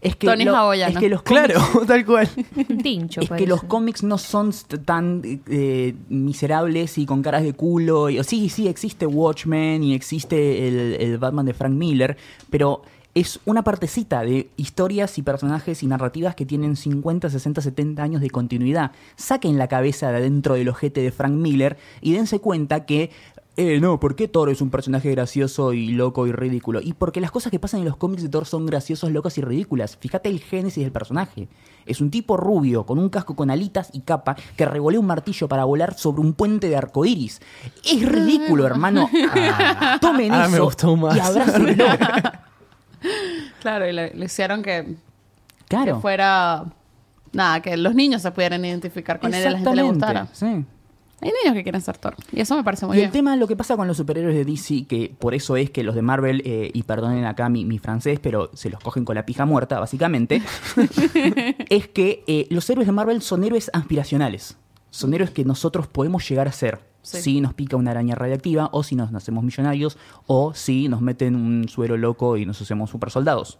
es que
Tony
lo-
Hawaiano.
Es que los cómics-
Claro, tal cual.
Un tincho,
Es
parece.
que los cómics no son st- tan eh, miserables y con caras de culo. Y, o sí, sí, existe Watchmen y existe el, el Batman de Frank Miller, pero es una partecita de historias y personajes y narrativas que tienen 50, 60, 70 años de continuidad. Saquen la cabeza de adentro del ojete de Frank Miller y dense cuenta que eh, no, ¿por qué Thor es un personaje gracioso y loco y ridículo? Y porque las cosas que pasan en los cómics de Thor son graciosas, locas y ridículas. Fíjate el génesis del personaje. Es un tipo rubio, con un casco con alitas y capa, que revolea un martillo para volar sobre un puente de arcoíris. Es ridículo, hermano. Tomen
Ah,
eso
me gustó más.
y abrácenlo.
Claro, y le, le hicieron que, que
Claro.
fuera. Nada, que los niños se pudieran identificar con él y a la gente le gustara.
Exactamente, sí.
Hay niños que quieren ser Thor. Y eso me parece muy
Y
bien.
el tema, lo que pasa con los superhéroes de DC, que por eso es que los de Marvel, eh, y perdonen acá mi, mi francés, pero se los cogen con la pija muerta, básicamente, es que eh, los héroes de Marvel son héroes aspiracionales. Son héroes que nosotros podemos llegar a ser.
Sí.
Si nos pica una araña radiactiva, o si nos nacemos millonarios, o si nos meten un suero loco y nos hacemos super soldados.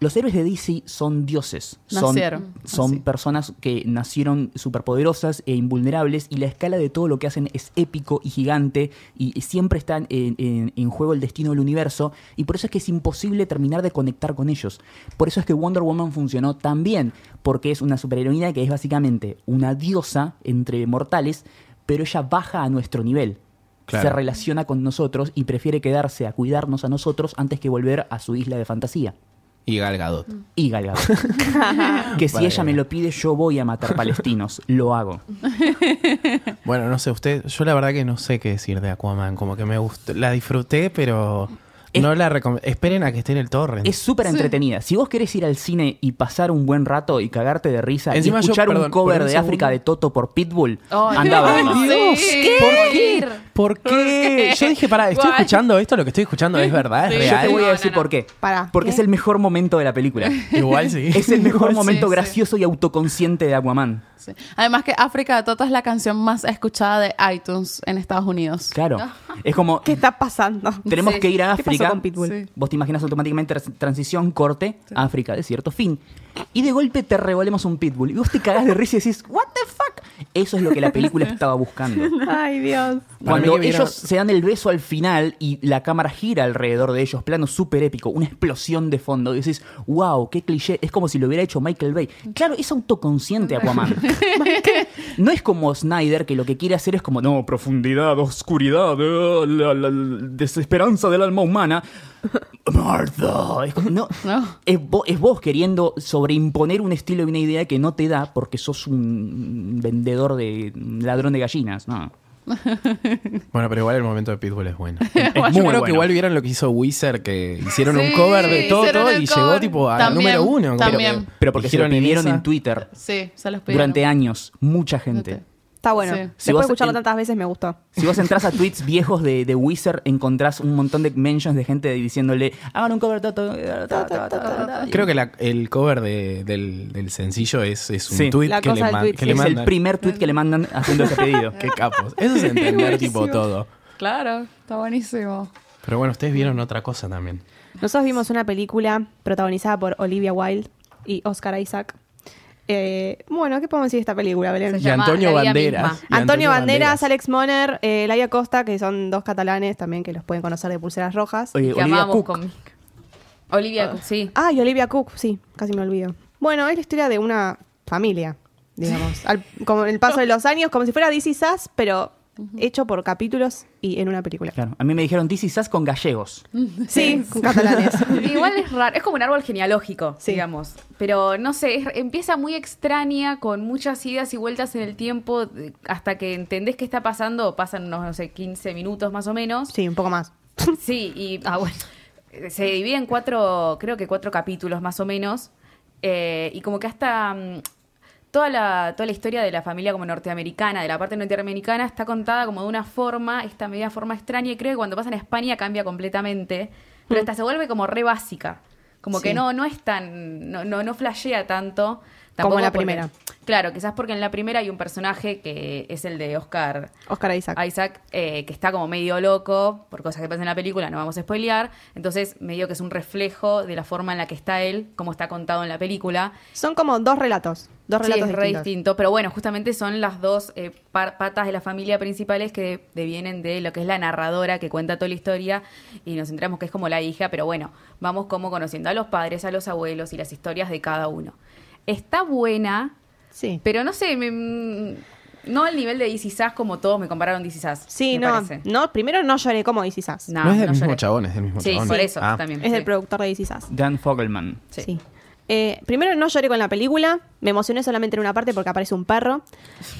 Los héroes de DC son dioses. Son,
Nacieron
son
así.
personas que nacieron superpoderosas e invulnerables y la escala de todo lo que hacen es épico y gigante y siempre están en, en- en juego el destino del universo y por eso es que es imposible terminar de conectar con ellos. Por eso es que Wonder Woman funcionó tan bien, porque es una superheroína que es básicamente una diosa entre mortales, pero ella baja a nuestro nivel.
Claro.
Se relaciona con nosotros y prefiere quedarse a cuidarnos a nosotros antes que volver a su isla de fantasía
Y Gal Gadot.
y Gal Gadot. que si
Vale.
ella me lo pide, yo voy a matar palestinos. Lo hago.
Bueno, no sé, usted, yo la verdad que no sé qué decir de Aquaman, como que me gustó, la disfruté, pero no la recomiendo. Esperen a que esté en el torrent.
Es súper entretenida. Si vos querés ir al cine y pasar un buen rato y cagarte de risa
Encima
y
yo,
escuchar
perdón,
un
por
cover
un
de
segundo.
África de Toto por Pitbull,
Ay,
anda a verlo.
Ay, Dios, ¿qué?
¿Por
Voy a ir.
qué? ¿Por qué? Yo dije, pará, estoy
Guay.
escuchando esto, lo que estoy escuchando es verdad, es
Sí.
Yo te
real.
voy a
No,
decir
no, no.
por qué.
Pará.
Porque es el mejor momento de la película.
Igual sí.
Es el
Igual
mejor
sí.
momento
sí.
gracioso y autoconsciente de Aquaman.
Sí. Además que África de Toto es la canción más escuchada de iTunes en Estados Unidos.
Claro. Es como,
¿Qué está pasando?
tenemos
Sí.
que ir a
¿Qué
África.
pasó con Pitbull?
Sí.
Vos te imaginas automáticamente tras- transición, corte, África, de cierto fin. Y de golpe te revolemos un pitbull. Y vos te cagás de risa y decís, ¿What the fuck? Eso es lo que la película estaba buscando.
Ay, Dios.
Para mí
Cuando
que vieron-
ellos se dan el beso al final y la cámara gira alrededor de ellos, plano súper épico, una explosión de fondo. Y decís, wow, qué cliché. Es como si lo hubiera hecho Michael Bay. Claro, es autoconsciente Aquaman. no es como Snyder, que lo que quiere hacer es como, no, profundidad, oscuridad, eh, la, la- la desesperanza del alma humana. Martha. Es como- no,
No.
Es, vo- es vos queriendo sobreimponer un estilo y una idea que no te da porque sos un vendedor de un ladrón de gallinas. No.
Bueno, pero igual el momento de Pitbull es bueno. Es
Bueno,
muy
yo creo que
bueno. que igual vieron lo que hizo Wizard, que hicieron
Sí,
un cover de todo,
hicieron
todo
el
y
cover.
llegó tipo al
También,
número uno.
Pero-
también.
Pero, porque se lo
Hicieron en
pidieron en,
esa.
Twitter
Sí, se los pidieron.
durante años. Mucha gente.
Durante-
Está bueno.
Sí.
Si
Después
vos-
de escucharlo
el-
tantas veces me gustó.
Si vos entras a tweets viejos de, de Wizard, encontrás un montón de mentions de gente diciéndole, hagan un cover. ta, ta, ta, ta, ta, ta, ta".
Creo que la- el cover de- del, del sencillo es, es un
Sí.
tweet
La
que le,
cosa del
man-
tweet,
que
sí.
le
es el
mandan.
primer tweet que le mandan haciendo ese pedido.
Qué capos. Eso es entender tipo todo.
Claro, está buenísimo.
Pero bueno, ustedes vieron otra cosa también.
Nosotros vimos una película protagonizada por Olivia Wilde y Oscar Isaac. Eh, bueno, ¿qué podemos decir de esta película, Belén?
Se
Y
llama
Antonio
La vida
Banderas.
misma.
Y
Antonio Banderas, Alex Moner, eh, Laia Costa, que son dos catalanes también que los pueden conocer de pulseras rojas.
Oye,
que
Olivia
amamos
Cook.
con- Olivia Cook, sí.
Ah, y Olivia Cook, sí, casi me olvido. Bueno, es la historia de una familia, digamos. Al, como el paso de los años, como si fuera DC Sass, pero hecho por capítulos y en una película.
Claro, a mí me dijeron DC Sass con gallegos.
Mm.
Sí, con catalanes.
Igual es raro, es como un árbol genealógico,
Sí.
digamos. Pero no sé, es- empieza muy extraña, con muchas idas y vueltas en el tiempo, de- hasta que entendés qué está pasando, pasan unos, no sé, 15 minutos más o menos.
Sí, un poco más.
Sí, y
Ah,
se divide en cuatro, creo que cuatro capítulos más o menos. eh, y como que hasta mm, toda la, toda la historia de la familia como norteamericana, de la parte norteamericana, está contada como de una forma, esta media forma extraña, y creo que cuando pasan a España cambia completamente. Pero
Mm.
hasta se vuelve como re básica. Como que
Sí.
no, no es tan, no, no, no flashea tanto.
Como en la
porque-
primera.
claro, quizás porque en la primera hay un personaje que es el de Oscar.
Oscar Isaac.
Isaac, eh, que está como medio loco por cosas que pasan en la película, no vamos a spoilear. Entonces, medio que es un reflejo de la forma en la que está él, como está contado en la película.
Son como dos relatos. Dos
Sí,
relatos
es re
distintos.
distinto, pero bueno, justamente son las dos eh, par- patas de la familia principales que devienen de lo que es la narradora que cuenta toda la historia y nos centramos que es como la hija, pero bueno, vamos como conociendo a los padres, a los abuelos y las historias de cada uno. Está buena,
Sí.
pero no sé, me- mm, no al nivel de DC Sass como todos me compararon DC Sass.
Sí,
me
no,
parece.
no. Primero no lloré como DC Sass.
No,
No es del
no
mismo
lloré.
chabón, es del mismo
Sí,
chabón.
por eso
Ah.
también.
Es
sí.
del productor de DC Sass.
Dan Fogelman.
Sí.
Sí. Eh, primero no lloré con la película. Me emocioné solamente en una parte porque aparece un perro.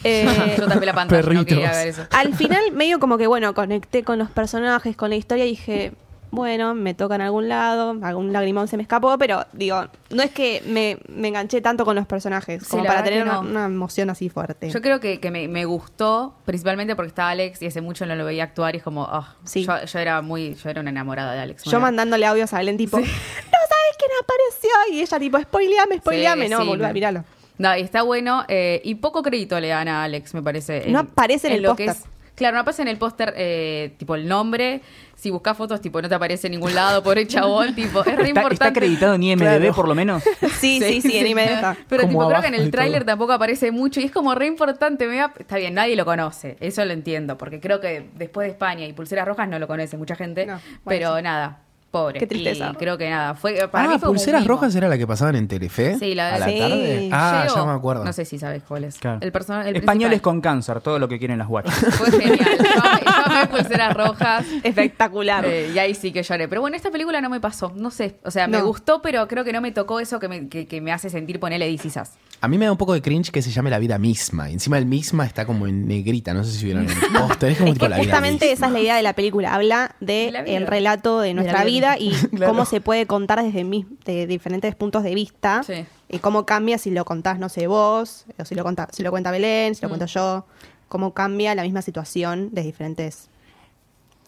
Eh,
Yo tapé la pantalla, no quería
Perritos.
ver eso.
Al final, medio como que, bueno, conecté con los personajes, con la historia y dije, bueno, me toca en algún lado, algún lagrimón se me escapó, pero digo, no es que me, me enganché tanto con los personajes,
Sí,
como
la
para
verdad
tener
que
una,
no.
una emoción así fuerte.
Yo creo que, que me, me gustó, principalmente porque estaba Alex y hace mucho no lo veía actuar y es como, ah,
Sí.
yo, yo era muy, yo era una enamorada de Alex.
Yo
Bueno,
mandándole audios a Belén tipo, no sabes quién apareció. Y ella tipo, spoileame, spoileame.
sí,
no,
sí.
boluda, míralo.
No, y está bueno eh, y poco crédito le dan a Alex, me parece.
No aparece en el
lo que
póster.
es- Claro, no aparece en el póster, eh, tipo, el nombre. Si buscas fotos, tipo, no te aparece en ningún lado, pobre chabón, tipo, es re
Está,
importante.
está acreditado en IMDB por lo menos.
Sí, sí, sí, en IMDb está.
Pero
Como
tipo, creo
abajo
que en
de
el tráiler
todo.
tampoco aparece mucho y es como re importante. me da- Está bien, nadie lo conoce, eso lo entiendo, porque creo que después de España y Pulseras Rojas no lo conoce mucha gente,
No, bueno,
pero
sí.
nada, pobre.
Qué tristeza.
Y creo que nada, fue para mí
Ah,
fue como un
Pulseras
mimo.
Rojas era la que pasaban en Telefe.
Sí, la
A la
verdad.
tarde. Ah,
Llego-
ya me acuerdo.
No sé si sabes cuál es.
Claro.
El personaje el
Españoles
principal.
con cáncer, todo lo que quieren las guachas.
Fue genial. Yo amé- yo amé Pulseras Rojas.
Espectacular.
Eh, y ahí sí que lloré. Pero bueno, esta película no me pasó. No sé. O sea, me
No.
gustó, pero creo que no me tocó eso que me, que, que me hace sentir ponerle disisas.
A mí me da un poco de cringe que se llame La vida misma. Y Encima el misma está como en negrita. No sé si vieron el póster. Es como
Es
tipo
que
la vida
justamente
misma.
esa es la idea de la película. Habla
De
de
la vida.
el relato de nuestra vida,
vida.
y cómo se puede contar desde mis- de diferentes puntos de vista.
Sí.
Y cómo cambia si lo contás, no sé, vos, o si lo, contá- si lo cuenta Belén,
Mm.
si lo cuento yo. Cómo cambia la misma situación desde diferentes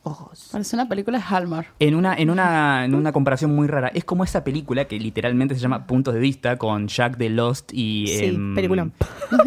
ojos.
Parece una película de Hallmark.
En una, en, una, en una comparación muy rara. Es como esa película que literalmente se llama Puntos de Vista con Jack de Lost y
Sí,
em,
peliculón.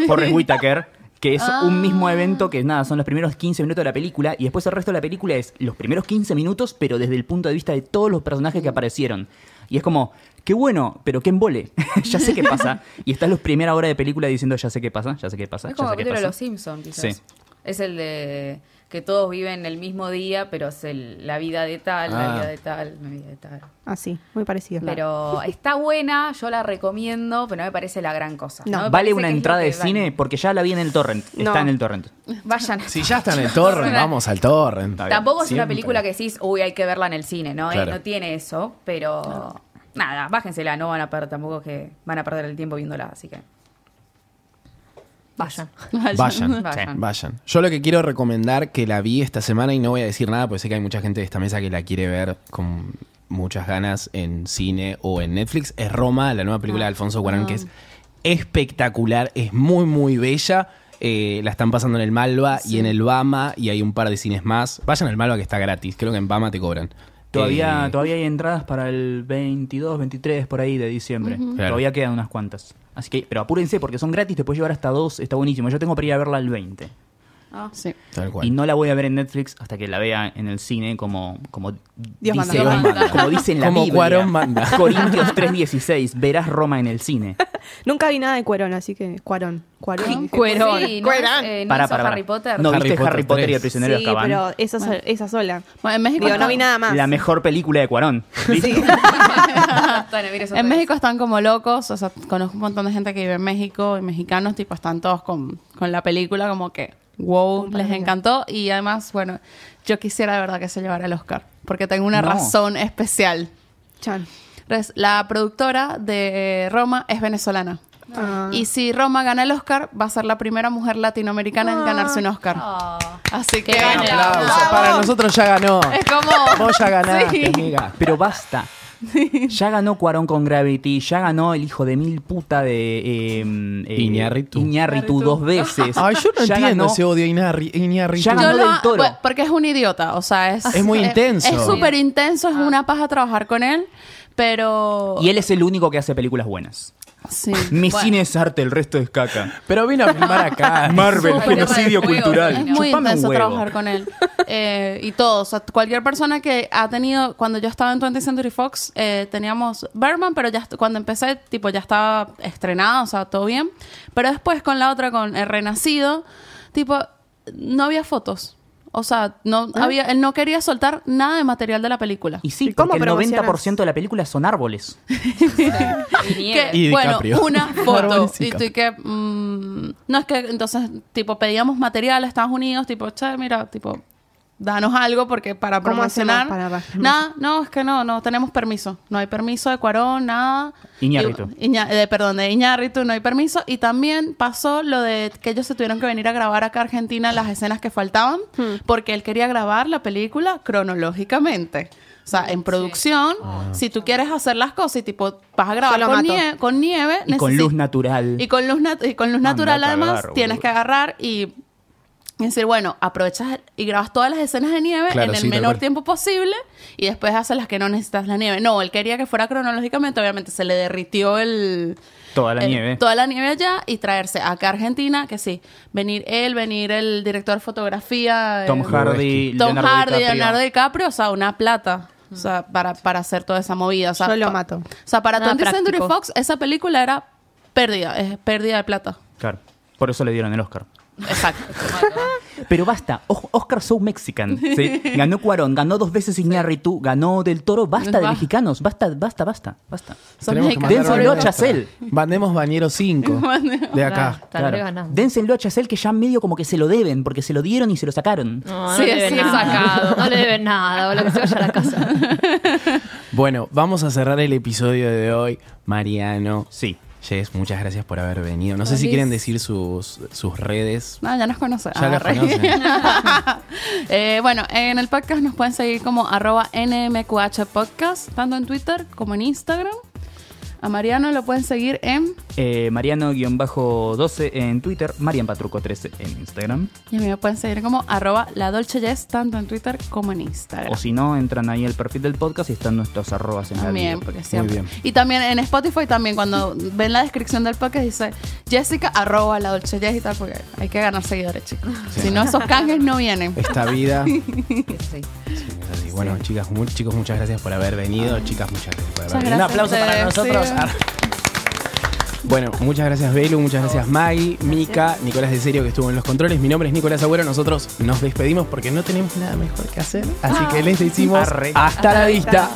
Forrest Whitaker, que es
Ah.
un mismo evento que nada, son los primeros 15 minutos de la película y después el resto de la película es los primeros 15 minutos, pero desde el punto de vista de todos los personajes que aparecieron. Y es como, qué bueno, pero qué embole. ya sé qué pasa. Y estás los primera hora de película diciendo, ya sé qué pasa, ya sé qué pasa,
Es
ya
como
sé
el
qué
capítulo de
pasa.
Los Simpsons, quizás.
Sí.
Es el de que todos viven el mismo día, pero es el- la vida de tal, la
Ah.
vida de tal, la vida de tal.
Así, muy parecido.
Pero está buena, yo la recomiendo, pero no me parece la gran cosa.
No.
me
Vale
parece
una
que es lo
entrada
que
de
vale.
cine porque ya la vi en el torrent.
No.
Está en el torrent.
Vayan.
Si ya está en el torrent, vamos al torrent.
Tampoco es una
Siempre.
película que decís, uy, hay que verla en el cine, ¿no? Eh,
Claro.
no tiene eso, pero nada, bájensela, no van a perder, tampoco que van a perder el tiempo viéndola, así que.
Vayan.
Vayan,
Vayan.
sí, vayan. Yo lo que quiero recomendar, que la vi esta semana y no voy a decir nada, porque sé que hay mucha gente de esta mesa que la quiere ver con muchas ganas en cine o en Netflix, es Roma, la nueva
Ah.
película de Alfonso Cuarón, que es espectacular, es muy, muy bella. Eh, la están pasando en el Malva y en el Bama y hay un par de cines más. Vayan al Malva que está gratis, creo que en Bama te cobran.
Todavía,
Eh,
todavía hay entradas para el 22, 23 por ahí de diciembre.
Claro.
Todavía quedan unas cuantas. Así que, pero apúrense porque son gratis, te puedes llevar hasta dos, está buenísimo. Yo tengo para ir a verla el 20.
Ah, sí.
tal cual.
Y no la voy a ver en Netflix hasta que la vea en el cine como, como,
manda.
dice,
Dios manda.
como dice en la
Como
Biblia.
Cuarón manda.
Corintios 3.16, verás Roma en el cine.
Nunca vi nada de Cuerón, así que Cuarón. Cuarón.
Cuerón. Pues Sí, no,
Cuerón.
eh, no
Para,
hizo
para,
Harry Potter.
No,
Harry
viste
Potter
Harry Potter y
tres.
el prisionero de
Sí,
Azkaban?
pero esa, sol- esa sola.
Bueno, en México,
Digo, no
están,
vi nada más.
La mejor película de Cuarón. ¿viste?
Bueno, mira, eso
en
otra
México están como locos. O sea, conozco un montón de gente que vive en México y mexicanos, tipo, están todos con, con la película, como que wow, les encantó. Y además, bueno, yo quisiera de verdad que se llevara el Oscar, porque tengo una
No.
razón especial.
Chan.
Res- La productora de Roma es venezolana.
Ah.
Y si Roma gana el Oscar, va a ser la primera mujer latinoamericana en ganarse un Oscar. Así que
gana.
¡Bravo!
Aplausos. Para nosotros ya ganó.
Es como
Vos ya ganaste,
Sí.
amiga.
Pero basta. Ya ganó Cuarón con Gravity, ya ganó el hijo de mil puta de eh, eh,
Iñárritu.
Iñárritu dos veces.
Ay, yo no
Ya
entiendo
ganó-
ese odio a Iñarri- Iñárritu.
Ya ganó
Yo lo-
del Toro.
bueno, porque es un idiota, o sea, es...
Es muy intenso.
Es súper intenso, es una paja trabajar con él, pero...
Y él es el único que hace películas buenas.
Sí.
Mi
Bueno,
cine es arte, el resto es caca.
Pero vino a filmar acá.
Marvel,
Súper
genocidio
mal juego,
Es
cultural.
bueno.
muy
Chupame un
intenso
huevo.
trabajar con él. Eh, y todo. O sea, cualquier persona que ha tenido. Cuando yo estaba en 20th Century Fox, eh, teníamos Berman, pero ya est- cuando empecé, tipo, ya estaba estrenada, o sea, todo bien. Pero después con la otra, con El Renacido, tipo, no había fotos. O sea, no había, él no quería soltar nada de material de la película.
Y sí,
¿Y cómo
porque el
promocionas?
90% de la película son árboles.
cosa. Y nieve.
que,
Y
bueno,
DiCaprio.
una
Bárbara
foto.
y
y tú y que, mm, no es que, entonces, tipo, pedíamos material a Estados Unidos, tipo, che, mira, tipo, danos algo porque para
¿Cómo
promocionar.
hacemos para- para promocionar?
nada, no, es que no, no tenemos permiso. No hay permiso de Cuarón, nada.
Iñárritu.
Y- Iña- eh, perdón, de Iñárritu no hay permiso. Y también pasó lo de que ellos se tuvieron que venir a grabar acá a Argentina las escenas que faltaban porque él quería grabar la película cronológicamente. O sea, en producción,
Ah.
si tú quieres hacer las cosas y tipo vas a grabar
Solo
con,
mato.
nie- con nieve,
Y con
necesi-
luz natural.
y con luz, nat- y con luz
Anda
natural,
a
además,
cagar,
tienes
boludo.
que agarrar y, y decir, bueno, aprovechas y grabas todas las escenas de nieve
Claro,
en el
sí, tal
menor
cual.
tiempo posible y después haces las que no necesitas la nieve. No, él quería que fuera cronológicamente, obviamente se le derritió el.
Toda la
el-
nieve.
eh, Toda la nieve allá y traerse acá a Argentina, que sí, venir él, venir el director de fotografía.
Tom
eh,
Hardy,
Tom
Leonardo
Hardy,
DiCaprio.
Leonardo DiCaprio, o sea, una plata. O sea, para, para hacer toda esa movida. O sea,
Yo lo
pa-
mato.
O sea, para
Nada
20th Century
práctico.
Fox, esa película era pérdida, es pérdida de plata.
Claro, por eso le dieron el Oscar.
Exacto.
Pero basta, O- Oscar So Mexican. ¿sí? Ganó Cuarón, ganó dos veces Iñárritu, ganó Del Toro. Basta de
Va.
mexicanos, basta, basta, basta, basta.
Son
Tenemos que
mexicanos.
mandar
Denzel
a
Loach a Cell.
Mandemos Bañero 5 de acá.
Tal vez ganamos.
Dénselo a Chazelle que ya medio como que se lo deben, porque se lo dieron y se lo sacaron.
No,
Sí,
no le deben
sí,
nada.
sacado.
No le deben nada, boludo, que se vaya a la casa.
Bueno, vamos a cerrar el episodio de hoy. Mariano,
Sí.
Jess, muchas gracias por haber venido. No sé si
Feliz.
quieren decir sus, sus redes.
No, Ah, ya nos conocen.
Ya los
Arre.
conocen.
Eh, bueno, en el podcast nos pueden seguir como arroba NMQH Podcast, tanto en Twitter como en Instagram. A Mariano lo pueden seguir en...
Eh, Mariano-12 en Twitter, Marian Patruco 13 en Instagram.
Y a mí me pueden seguir como arroba la Dolce Yes, tanto en Twitter como en Instagram.
O si no, entran ahí al perfil del podcast y están nuestros arrobas en la
También,
bio.
porque siempre.
bien.
Y también en Spotify, también cuando ven la descripción del podcast dice Jessica arroba la Dolce Yes y tal, porque hay que ganar seguidores, chicos. Si no, esos canjes no vienen.
Esta vida. Sí,
Sí.
es así. Bueno, chicas, mu- chicos, muchas gracias por haber venido. Chicas, muchas gracias por haber
Muchas
venido.
gracias a ustedes, sí.
Bueno, muchas gracias Belu, muchas gracias Maggie, Mica, Nicolás de Serio que estuvo en los controles. Mi nombre es Nicolás Agüero, nosotros nos despedimos porque no tenemos nada mejor que hacer. Así que les decimos
Arre.
hasta la vista.